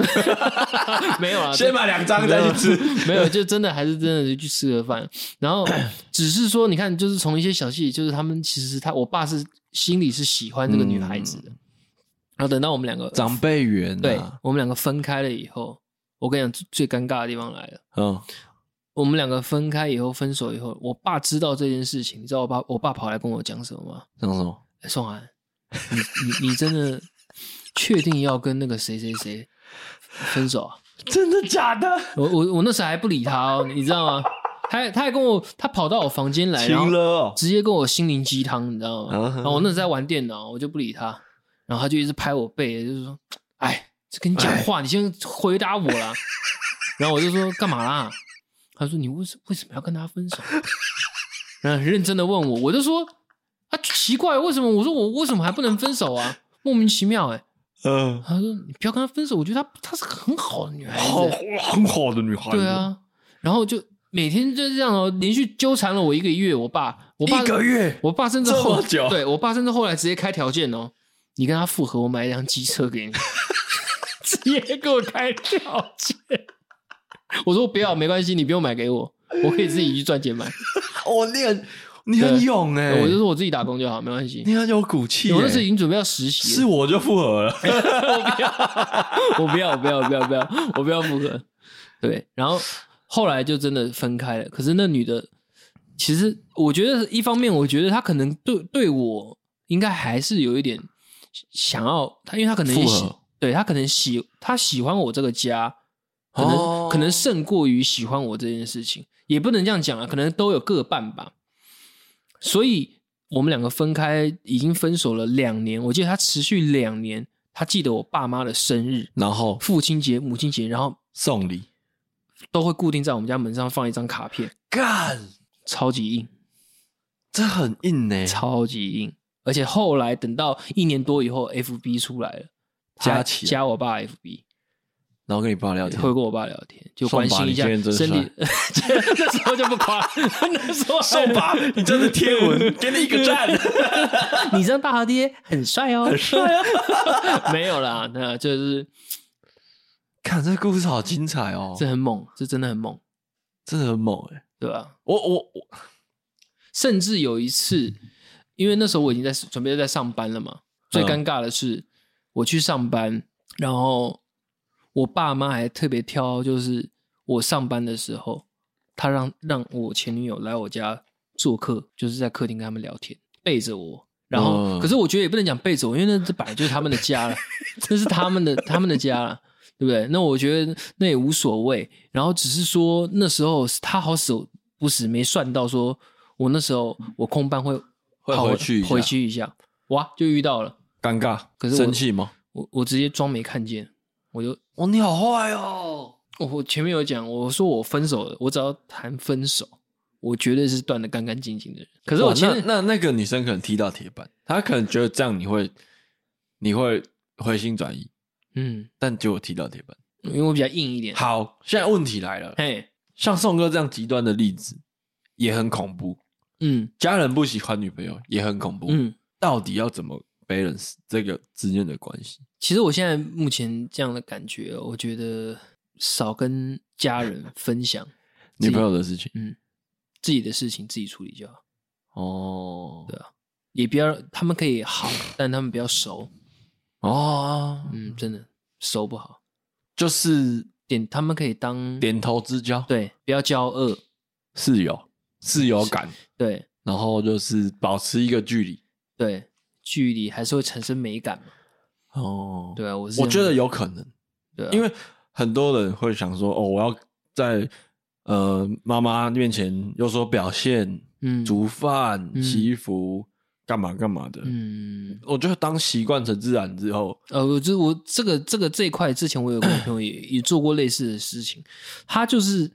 [laughs] 没有啊？ [laughs] 先买两张再去吃， [laughs] 没有，就真的还是真的就去吃个饭。[laughs] 然后只是说，你看，就是从一些小细节，就是他们其实他我爸是心里是喜欢这个女孩子的。然后等到我们两个嗯长辈缘啊对，我们两个分开了以后，我跟你讲最最尴尬的地方来了。嗯我们两个分开以后，分手以后，我爸知道这件事情，你知道我爸我爸跑来跟我讲什么吗？讲什么？哎宋涵，你你你真的确定要跟那个谁谁谁分手啊？真的假的？我我我那时候还不理他哦，你知道吗？他还他还跟我，他跑到我房间来，然后晴了哦，直接跟我心灵鸡汤，你知道吗？嗯哼哎然后我那时候在玩电脑，我就不理他，然后他就一直拍我背，就是说：“哎，这跟你讲话，你先回答 [laughs] 我啦。”然后我就说：“干嘛啦？”他说：“你为什为什么要跟他分手？”然后很认真的问我，我就说啊，奇怪，为什么？我说我为什么还不能分手啊？莫名其妙哎、嗯，他说你不要跟他分手，我觉得他她是个很好的女孩好子、很好的女孩子，对，啊，然后就每天就这样哦，连续纠缠了我一个月。我爸，我爸一个月，我爸甚至这后么久对我爸甚至后来直接开条件哦，你跟他复合，我买一辆机车给你， [laughs] 直接给我开条件。我说不要，没关系，你不用买给我，我可以自己去赚钱买。我哦练，你很勇哎、我就说我自己打工就好，没关系。你很有骨气、欸，我那时候已经准备要实习是了，我就复合了， [laughs] 我不要，我不要，我不要，不要，我不要 [laughs] 复合。对，然后后来就真的分开了。可是那女的，其实我觉得一方面，我觉得她可能对对我应该还是有一点想要，她因为她可能也喜复合，对她可能喜她喜欢我这个家，可能、哦可能胜过于喜欢我这件事情，也不能这样讲啊，可能都有各半吧。所以我们两个分开已经分手了两年，我记得她持续两年，她记得我爸妈的生日，然后父亲节、母亲节，然后送礼，都会固定在我们家门上放一张卡片，干，超级硬，这很硬呢、超级硬。而且后来等到一年多以后，FB 出来了，加他起来加我爸 FB，然后跟你爸聊天，会跟我爸聊天，就送关吧心一你下今天真身体。 [laughs] 那时候就不夸，那时候 [laughs] 还送吧，你真的贴文，给你一个 [laughs] 赞， [laughs] 你这样大头贴很帅哦，很帅啊。 [laughs] 没有啦，那就是看这故事好精彩哦，这很猛，这真的很猛，真的很猛哎、对吧、我我我，甚至有一次，因为那时候我已经在准备在上班了嘛，最尴尬的是、我去上班，然后我爸妈还特别挑，就是我上班的时候，他让让我前女友来我家做客，就是在客厅跟他们聊天，背着我。然后，嗯可是我觉得也不能讲背着我，因为那这本来就是他们的家了，那是他们的他们的家了，对不对？那我觉得那也无所谓。然后只是说那时候他好死不死没算到说，我那时候我空班会会跑回去一下回去一下，哇，就遇到了。尴尬，可是我生气吗？我我直接装没看见，我就哦，你好坏哦，我我前面有讲，我说我分手了，我只要谈分手，我绝对是断的干干净净的人。可可是我前那那那个女生可能踢到铁板，她可能觉得这样你会你会回心转意，嗯，但结果踢到铁板。因为我比较硬一点，好，现在问题来了，嘿，像宋哥这样极端的例子也很恐怖，嗯家人不喜欢女朋友也很恐怖，嗯，到底要怎么 balance 这个之间的关系？其实我现在目前这样的感觉，我觉得少跟家人分享女朋友的事情自己的事情，自己处理就好，哦，对也不要他们可以好，但他们不要熟，哦，嗯，真的熟不好，就是点他们可以当点头之交，，对，不要骄傲，室友室友感，对然后就是保持一个距离。对，距离还是会产生美感嘛，哦，对啊，我是我这样觉得有可能，对啊、因为很多人会想说，哦，我要在呃妈妈面前有所表现，嗯煮饭、嗯洗衣服，干嘛干嘛的。嗯我觉得当习惯成自然之后，呃，我就我这个这个这一块，之前我有个朋友也也做过类似的事情，他就是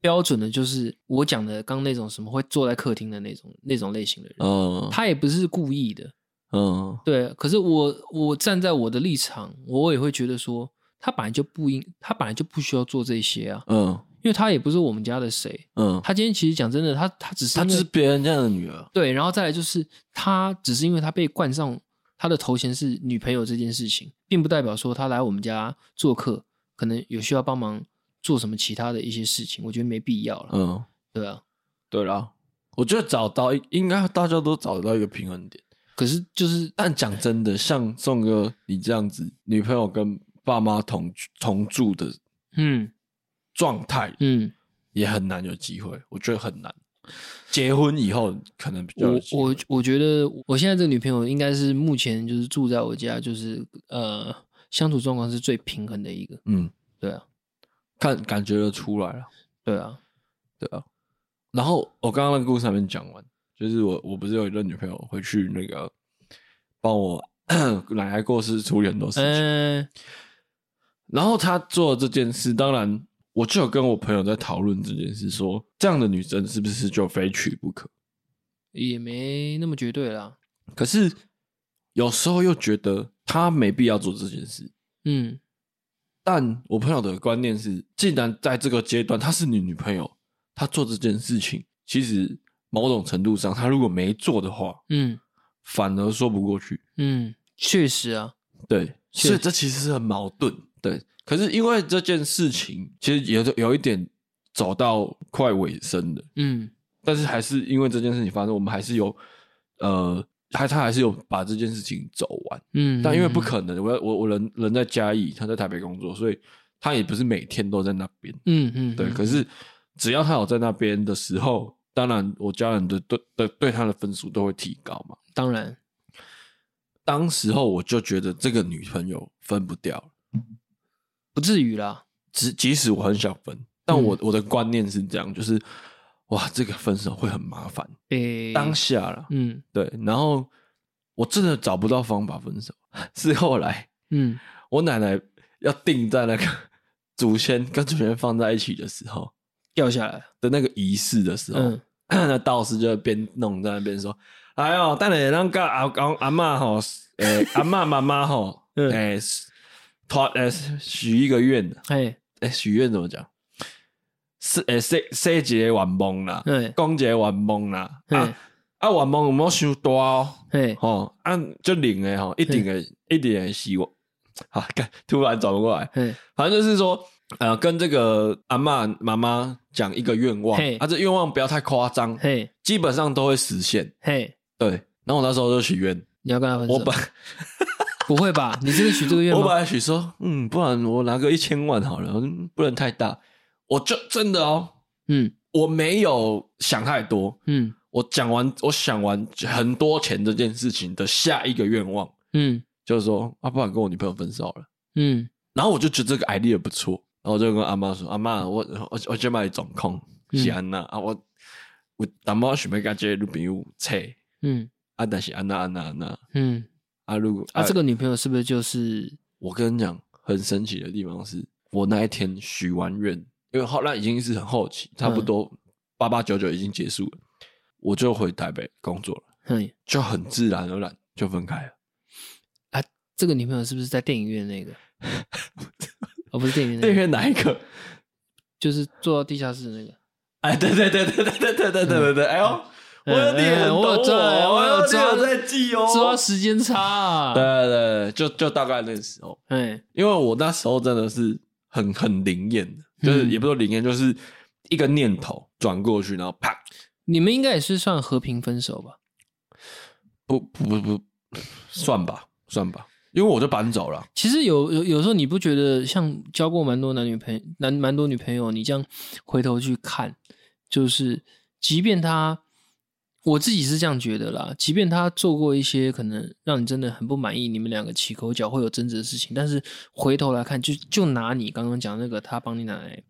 标准的，就是我讲的刚那种什么会坐在客厅的那种那种类型的人，嗯他也不是故意的，嗯，对。可是我我站在我的立场，我也会觉得说，他本来就不应，他本来就不需要做这些啊，嗯因为他也不是我们家的谁，嗯，他今天其实讲真的，他他只是她因就为是别人家的女儿。对，然后再来就是她只是因为她被冠上她的头衔是女朋友这件事情，并不代表说她来我们家做客，可能有需要帮忙做什么其他的一些事情，我觉得没必要了。嗯，对啊，对啦，我觉得找到一应该大家都找到一个平衡点。可是就是但讲真的，像宋哥你这样子，女朋友跟爸妈同居同住的嗯状态，嗯，也很难有机会，我觉得很难。结婚以后可能比较有我机会我我觉得我现在这个女朋友应该是目前就是住在我家，就是呃相处状况是最平衡的一个。嗯，对啊，看感觉得出来了，对啊，对啊。然后我刚刚那个故事还没讲完，就是我我不是有一个女朋友回去那个帮我 [coughs] 奶奶过世处理很多事情，嗯、然后她做这件事，当然我就有跟我朋友在讨论这件事说这样的女生是不是就非娶不可？也没那么绝对啦。可是有时候又觉得他没必要做这件事。嗯，但我朋友的观念是，既然在这个阶段她是你女朋友，她做这件事情，其实某种程度上，她如果没做的话，嗯反而说不过去。嗯，确实啊，对，所确以这其实是很矛盾。对，可是因为这件事情，其实有有一点走到快尾声了，嗯但是还是因为这件事情发生，我们还是有呃，还他还是有把这件事情走完。嗯，但因为不嗯，可能，我要我我人人在嘉义，他在台北工作，所以他也不是每天都在那边。嗯嗯，对，嗯可是只要他有在那边的时候，当然我家人的对对对他的分数都会提高嘛。当然，当时候我就觉得这个女朋友分不掉了，不至于啦。即即使我很想分，但嗯我、我的观念是这样，就是哇，这个分手会很麻烦，诶，当下了，嗯对，然后我真的找不到方法分手， [laughs] 是后来嗯我奶奶要定在那个 [laughs] 祖先跟祖先放在一起的时候掉下来了，的那个仪式的时候，嗯那道士就边弄在那边说：“哎呦，等下咱甲阿公阿嬷吼，诶、阿嬷妈妈吼， [laughs] 嗯诶、托诶许一个愿，嘿，诶、许愿怎么讲？是诶，说说一个愿望啦，嘿，讲一个愿望啦，嗯嘿啊，啊愿望有冇想大哦，嘿，吼，啊，就灵诶吼，一定会一定会希 [laughs] 望。好，看突然转不过来，嘿，反正就是说，呃，跟这个阿嬷妈妈讲一个愿望嘿，啊，这愿望不要太夸张，嘿，基本上都会实现。嘿，对，然后我那时候就许愿，你要跟他分手？我本不会吧？你真的许这个啊愿我本吗？来许说，嗯，不然我拿个一千万好了，嗯不能太大。我就真的哦，嗯我没有想太多。嗯我讲完，我想完很多钱这件事情的下一个愿望，嗯就是说，啊，不然跟我女朋友分手了。嗯然后我就觉得这个 idea 不错，然后我就跟阿妈说：“阿妈，我我我去买总控嗯是安娜啊，我我阿妈想要跟这个女朋友扯嗯啊，但是安娜安娜安娜嗯，啊，如果啊，这个女朋友是不是就是我跟你讲，很神奇的地方是，我那一天许完愿，因为后来已经是很后期，差不嗯多八八九九已经结束了，我就回台北工作了，嘿就很自然而然就分开了。啊？这个女朋友是不是在电影院 [laughs] 那个？哦，不是电影院那那个，边哪一个？就是坐到地下室那个。哎，对对对对对对对对对对对，哎呦，我有你很嗯懂哦我有在我我有有你抓有在记哦，抓时间差啊！对对对，对就就大概那个时候，哎，因为我那时候真的是很很灵验的，就是嗯也不说灵验，就是一个念头转过去，然后啪你们应该也是算和平分手吧？不不不不，算吧算吧，因为我就搬走了。其实有有有时候你不觉得像交过蛮多男女朋友，男蛮多女朋友，你这样回头去看，就是即便他，我自己是这样觉得啦，即便他做过一些可能让你真的很不满意，你们两个起口角会有争执的事情，但是回头来看，就就拿你刚刚讲那个他帮你奶奶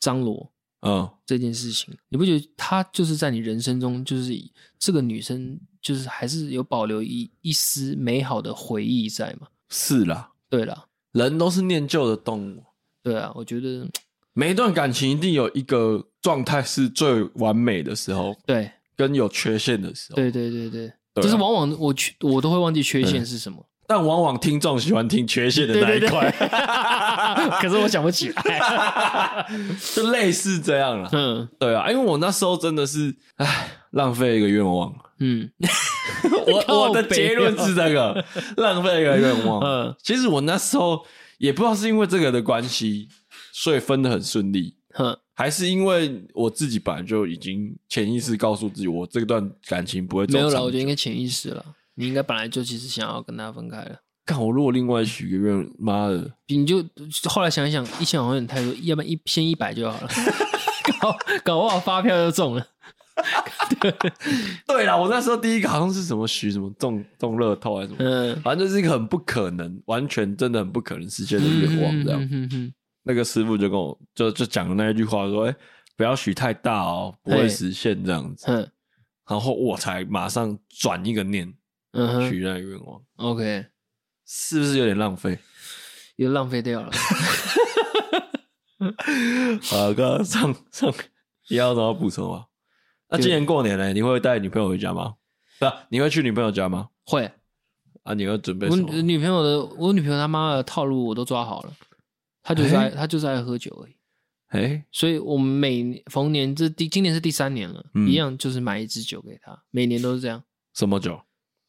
张罗，嗯，这件事情，你不觉得她就是在你人生中，就是以这个女生，就是还是有保留一一丝美好的回忆在嘛？是啦，对啦，人都是念旧的动物，对啊，我觉得每一段感情一定有一个状态是最完美的时候，对，跟有缺陷的时候。对对对对，对啊嗯就是往往我去我都会忘记缺陷是什么， [laughs] 但往往听众喜欢听缺陷的那一块，可是我想不起来。 [laughs] 就类似这样啦。嗯对啊，因为我那时候真的是，唉，浪费一个愿 [laughs] 望。嗯我我的靠北啊结论是这个，浪费一个愿望。嗯其实我那时候也不知道是因为这个的关系，所以分的很顺利，哼还是因为我自己本来就已经潜意识告诉自己，我这段感情不会走没有了，长我觉得久应该潜意识了，你应该本来就其实想要跟他分开了。干我如果另外许个愿，妈的，你就后来想一想，一千好像有点太多，要不然一先一百就好了， [laughs] 搞搞不好发票就中了。对啦，我那时候第一个好像是什么许什么中中乐透还是什么，嗯，反正就是一个很不可能，完全真的很不可能实现的愿望这样。嗯哼哼哼那个师傅就跟我就就讲了那一句话说：“哎、不要许太大哦，不会实现这样子。哼哼”然后我才马上转一个念，嗯哼许那个愿望， ，OK，是不是有点浪费？又浪费掉了。啊，刚刚上上，你要怎么补充啊？那今年过年呢，你会带女朋友回家吗？不、啊，你会去女朋友家吗？会，啊，你会准备我什女么？女朋友的我女朋友他妈的套路我都抓好了，她就是爱、哎她就是爱喝酒而已。哎、所以我们每逢年这第今年是第三年了，嗯一样就是买一支酒给她，每年都是这样。什么酒？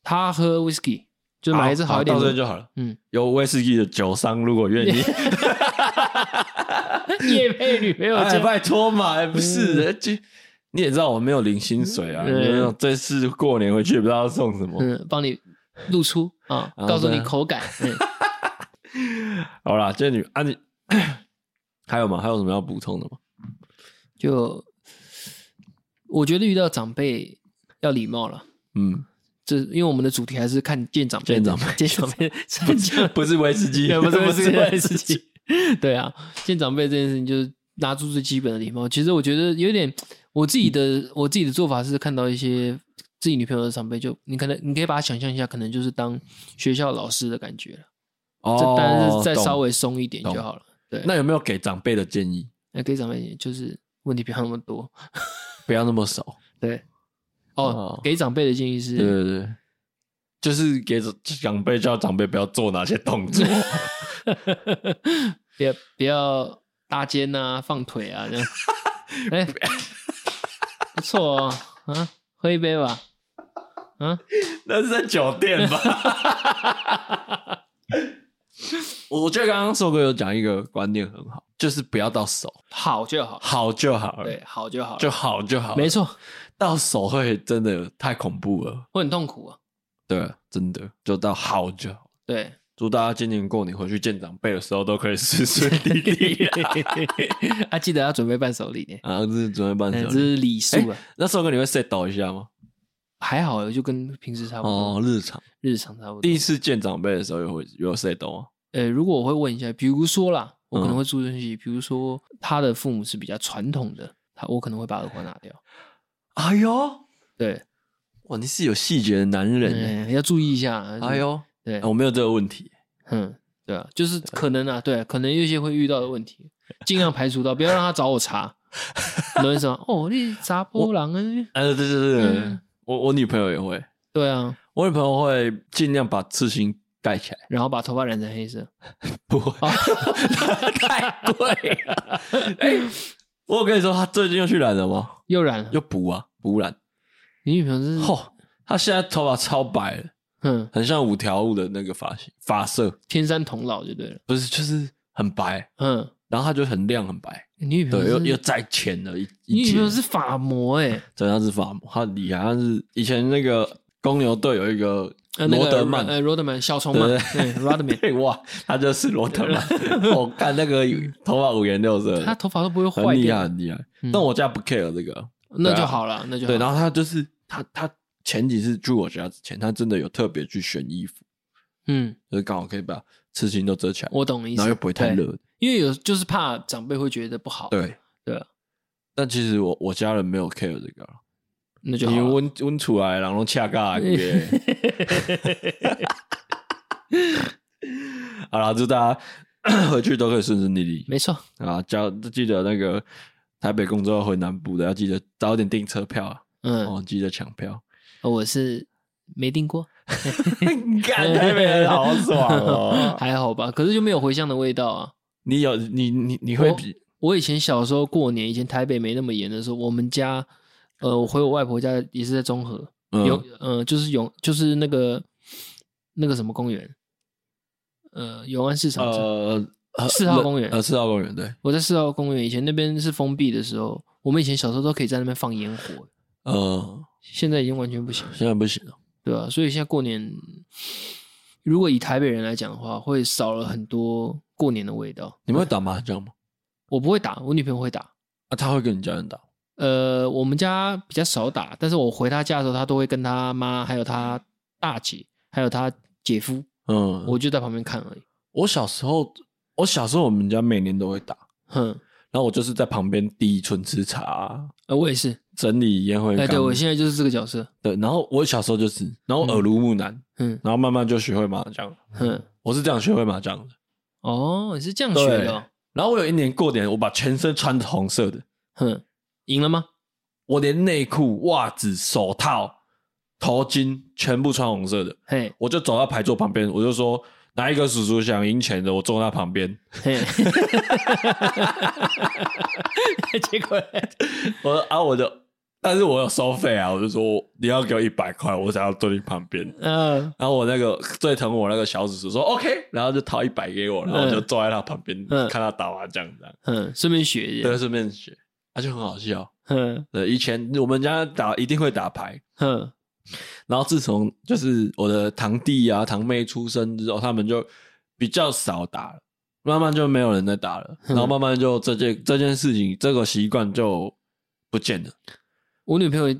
她喝 whisky，就买一支好一点到这的。就好了。嗯，有威士忌的酒商如果愿 [laughs] 意，夜配女朋友 [laughs] 哎，这样拜托嘛，哎不是，哎这你也知道我没有领薪水啊，嗯没有这次过年回去也不知道送什么。嗯，帮你露出啊，啊告诉你对啊口感。嗯，好啦，这女啊你 [coughs] 还有吗？还有什么要补充的吗？就我觉得遇到长辈要礼貌了。嗯，这因为我们的主题还是看见长辈见的，长辈见 [laughs] 长辈的成长，不是威士忌， [laughs] 也不是 [laughs] 这个威事士忌情。。 [laughs] 对啊，见长辈这件事情就是拿出最基本的礼貌。其实我觉得有点，我自己嗯的我自己的做法是看到一些自己女朋友的长辈就，你可能你可以把它想象一下，可能就是当学校老师的感觉了。这哦，当然是再懂稍微松一点懂就好了。对，那有没有给长辈的建议？那给长辈就是问题不要那么多。不要那么熟。对，哦，哦给长辈的建议对是，对对，就是给长辈叫长辈不要做哪些动作。 [laughs] 不要不要搭肩啊，放腿啊这 [laughs] 样。哎、不错哦，啊，喝一杯吧。啊，那是在酒店吧？ [laughs] 我觉得刚刚瘦哥有讲一个观念很好，就是不要到手，好就好，好就好了对，，好就好了，就好就好了。没错，到手会真的太恐怖了，会很痛苦啊。对，真的就到好就好。对， [laughs] 祝大家今年过年回去见长辈的时候都可以顺顺利利啊 [laughs] 啊，记得要准备伴手礼呢，啊！这是准备办哎手这礼。哎是礼数啊，那瘦哥你会 set 倒一下吗？还好，就跟平时差不哦多，，日常日常差不多第。一次见长辈的时候有会有 set 倒吗？呃，如果我会问一下，比如说啦，我可能嗯会注意一些，比如说他的父母是比较传统的，他我可能会把耳环拿掉。哎呦，对，哇，你是有细节的男人嗯，要注意一下啊。欸！哎呦，对，我没有这个问题。嗯，对啊，就是可能啊，对，可能有一些会遇到的问题，尽量排除到，不要让他找 [laughs] 我查。你懂我意思吗？哦，你查波浪啊？呃，对对对对嗯，我我女朋友也会，对啊，我女朋友会尽量把刺青盖起来，然后把头发染成黑色。哦不会太贵了。哎，我跟你说，她最近又去染了吗？ [laughs] 又染了又。补啊，补染。你女朋友真是，嚯，她现在头发超白了，嗯，很像五条悟的那个发型发色，天山童姥就对了。不是就是很白，嗯，然后她就很亮很白，你女朋对，友又是又再浅了一嗯你一女截朋。友是法魔哎、真的是法魔，他很厉害。他是以前那个公牛队有一个呃，那罗个德曼，呃，罗德曼小虫嘛，对对，Rodman， [laughs] 对哇，他就是罗德 [laughs] 曼。我看那个头发五颜六色的，他头发都不会坏很厉害，掉，很厉害嗯。啊但我家不 care 这个，那就好了，那就好对。然后他就是他，他前几次去我家之前，他真的有特别去选衣服，嗯，就是刚好可以把刺青都遮起来，我懂你意思，然后又不会太对，热。因为有就是怕长辈会觉得不好，对，对，但其实我我家人没有 care 这个，啊那就好啊因为了。温温出来，然后恰尬耶。 [laughs] 好了，祝大家 [coughs] 回去都可以顺顺利利没错，啊！交记得那个台北工作要回南部的，要记得早点订车票啊，嗯，哦，记得抢 [laughs] 票。哦我是没 [laughs] 订过，干台北人好爽哦！ [laughs] 还好吧，可是就没有回乡的味道啊。 [laughs] 你有你你你会我比我以前小时候过年，以前台北没那么严的时候，我们家，呃，我回我外婆家也是在中和，嗯有呃，就是永就是那个那个什么公园，呃，永安市场。呃呃四号公园呃四号公园对我在四号公园以前那边是封闭的时候，我们以前小时候都可以在那边放烟火，呃现在已经完全不行了，现在不行了，对吧、所以现在过年，如果以台北人来讲的话，会少了很多过年的味道。你们会打麻将吗？我不会打，我女朋友会打。啊，他会跟你家人打呃，我们家比较少打，但是我回她家的时候，她都会跟她妈、还有她大姐、还有她姐夫，嗯，我就在旁边看而已。我小时候，我小时候我们家每年都会打，哼，然后我就是在旁边递纯吃茶、呃，我也是。整理烟灰哎、缸。对我现在就是这个角色。对，然后我小时候就是，然后耳濡目染，嗯然后慢慢就学会麻将。哼，我是这样学会麻将的。哦，你是这样学对的、哦。然后我有一年过年，我把全身穿着红色的，哼，赢了吗？我连内裤、袜子、手套、头巾全部穿红色的，嘿，我就走到牌桌旁边，我就说哪一个叔叔想赢钱的，我坐他旁边。嘿， [laughs] 结果我说啊，我的，但是我有收费啊，我就说你要给我一百块，我才要坐你旁边。嗯然后我那个最疼我那个小叔叔说 OK，然后就掏一百给我，然后我就坐在他旁边、嗯看他打麻将这样，嗯，顺便学一下对，，顺便学，他、就很好笑。嗯对，以前我们家打一定会打牌，嗯然后自从就是我的堂弟啊、堂妹出生之后，他们就比较少打了，慢慢就没有人在打了，嗯然后慢慢就这件这件事情这个习惯就不见了。我女朋友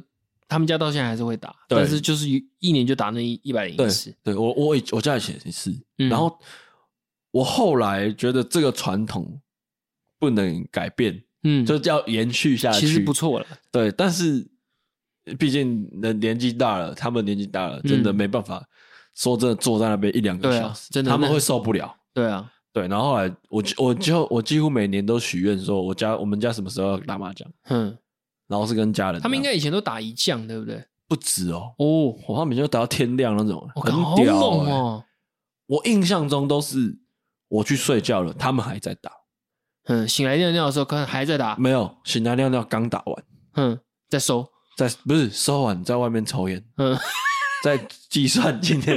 他们家到现在还是会打，对但是就是一一年就打那一一百零对一次，，对我我以我家以前也是，嗯然后我后来觉得这个传统不能改变，嗯，就要延续下去，其实不错了，对，但是毕竟人年纪大了，他们年纪大了，真的没办法。说真的，坐在那边一两个嗯对啊小时，真的他们那会受不了。对啊，对，然后后来我就我就我几乎每年都许愿说，我家我们家什么时候要打麻将，嗯，然后是跟家人打。他们应该以前都打一将，对不对？不止哦，哦，我他们就打到天亮那种，我很哦靠，好屌、猛欸哦，我印象中都是我去睡觉了，他们还在打，嗯，醒来尿尿的时候，看还在打，没有醒来尿尿刚打完，嗯，在收，在不是收完在外面抽烟，嗯，在计算今 [laughs] 天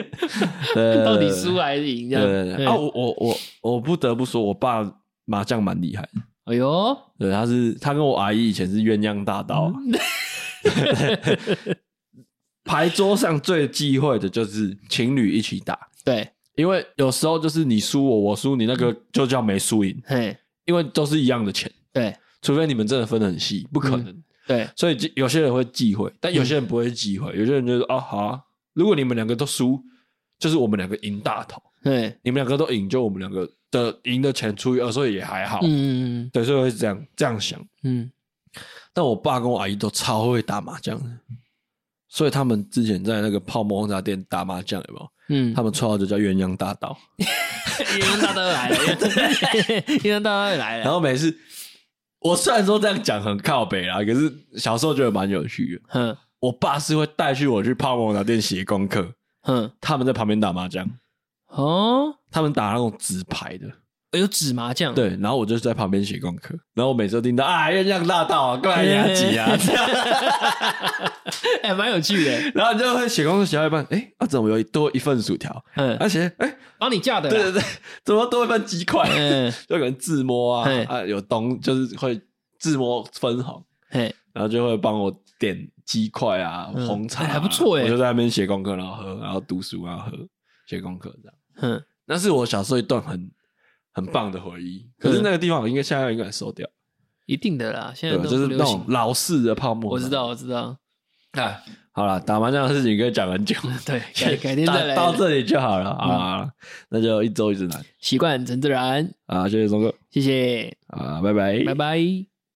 呃到底输还是赢这对样？对对嗯啊，我我我我不得不说，我爸麻将蛮厉害的。哎呦，对，他是他跟我阿姨以前是鸳鸯大盗。啊牌桌上最忌讳的就是情侣一起打，对，因为有时候就是你输我，我输你，那个就叫没输赢，嘿，因为都是一样的钱，对除非你们真的分得很细，不可能。对，所以就有些人会忌讳，但有些人不会忌讳，有些人就说啊，好啊，如果你们两个都输，就是我们两个赢大头，对，你们两个都赢，就我们两个的赢的钱除以二，所以也还好。嗯嗯对，所以会这样这样想。嗯但我爸跟我阿姨都超会打麻将的，所以他们之前在那个泡沫红茶店打麻将，有没有？嗯，他们绰号就叫鸳鸯大道。鸳鸯大刀 [laughs] 来了，鸳鸯大刀来然了，后每次我虽然说这样讲很靠北啦，可是小时候觉得蛮有趣的。哼我爸是会带去我去泡沫红茶店写功课，哼，他们在旁边打麻将，哦，他们打那种纸牌的，有纸麻将，对，然后我就在旁边写功课，然后我每次都听到啊鸳鸯大道啊，过来压挤啊，这样哎，蛮有趣的， [laughs] 然后你就会写功课写到一半，哎，啊怎么有多一份薯条？嗯，而且哎，帮你架的啦，对对对，怎么多一份鸡块？嗯，就可能自摸啊嘿啊，有东就是会自摸分红，嘿，然后就会帮我点鸡块啊、嗯红茶啊、哎还不错欸我就在那边写功课，然后喝，然后读书，然后喝，写功课这样。哼，那是我小时候一段很很棒的回忆。可是那个地方应该现在应该收掉，一定的啦，嗯现在对吧，都就是不那流种行老式的泡沫。我知道，。我知道，啊哎，好了，打麻将的事情可以讲很久，对， [laughs] [laughs] 改改天再来嗯到，到这里就好了啊。那就一周一直来习惯成自然，啊，谢谢钟哥谢谢，啊，拜拜，拜拜。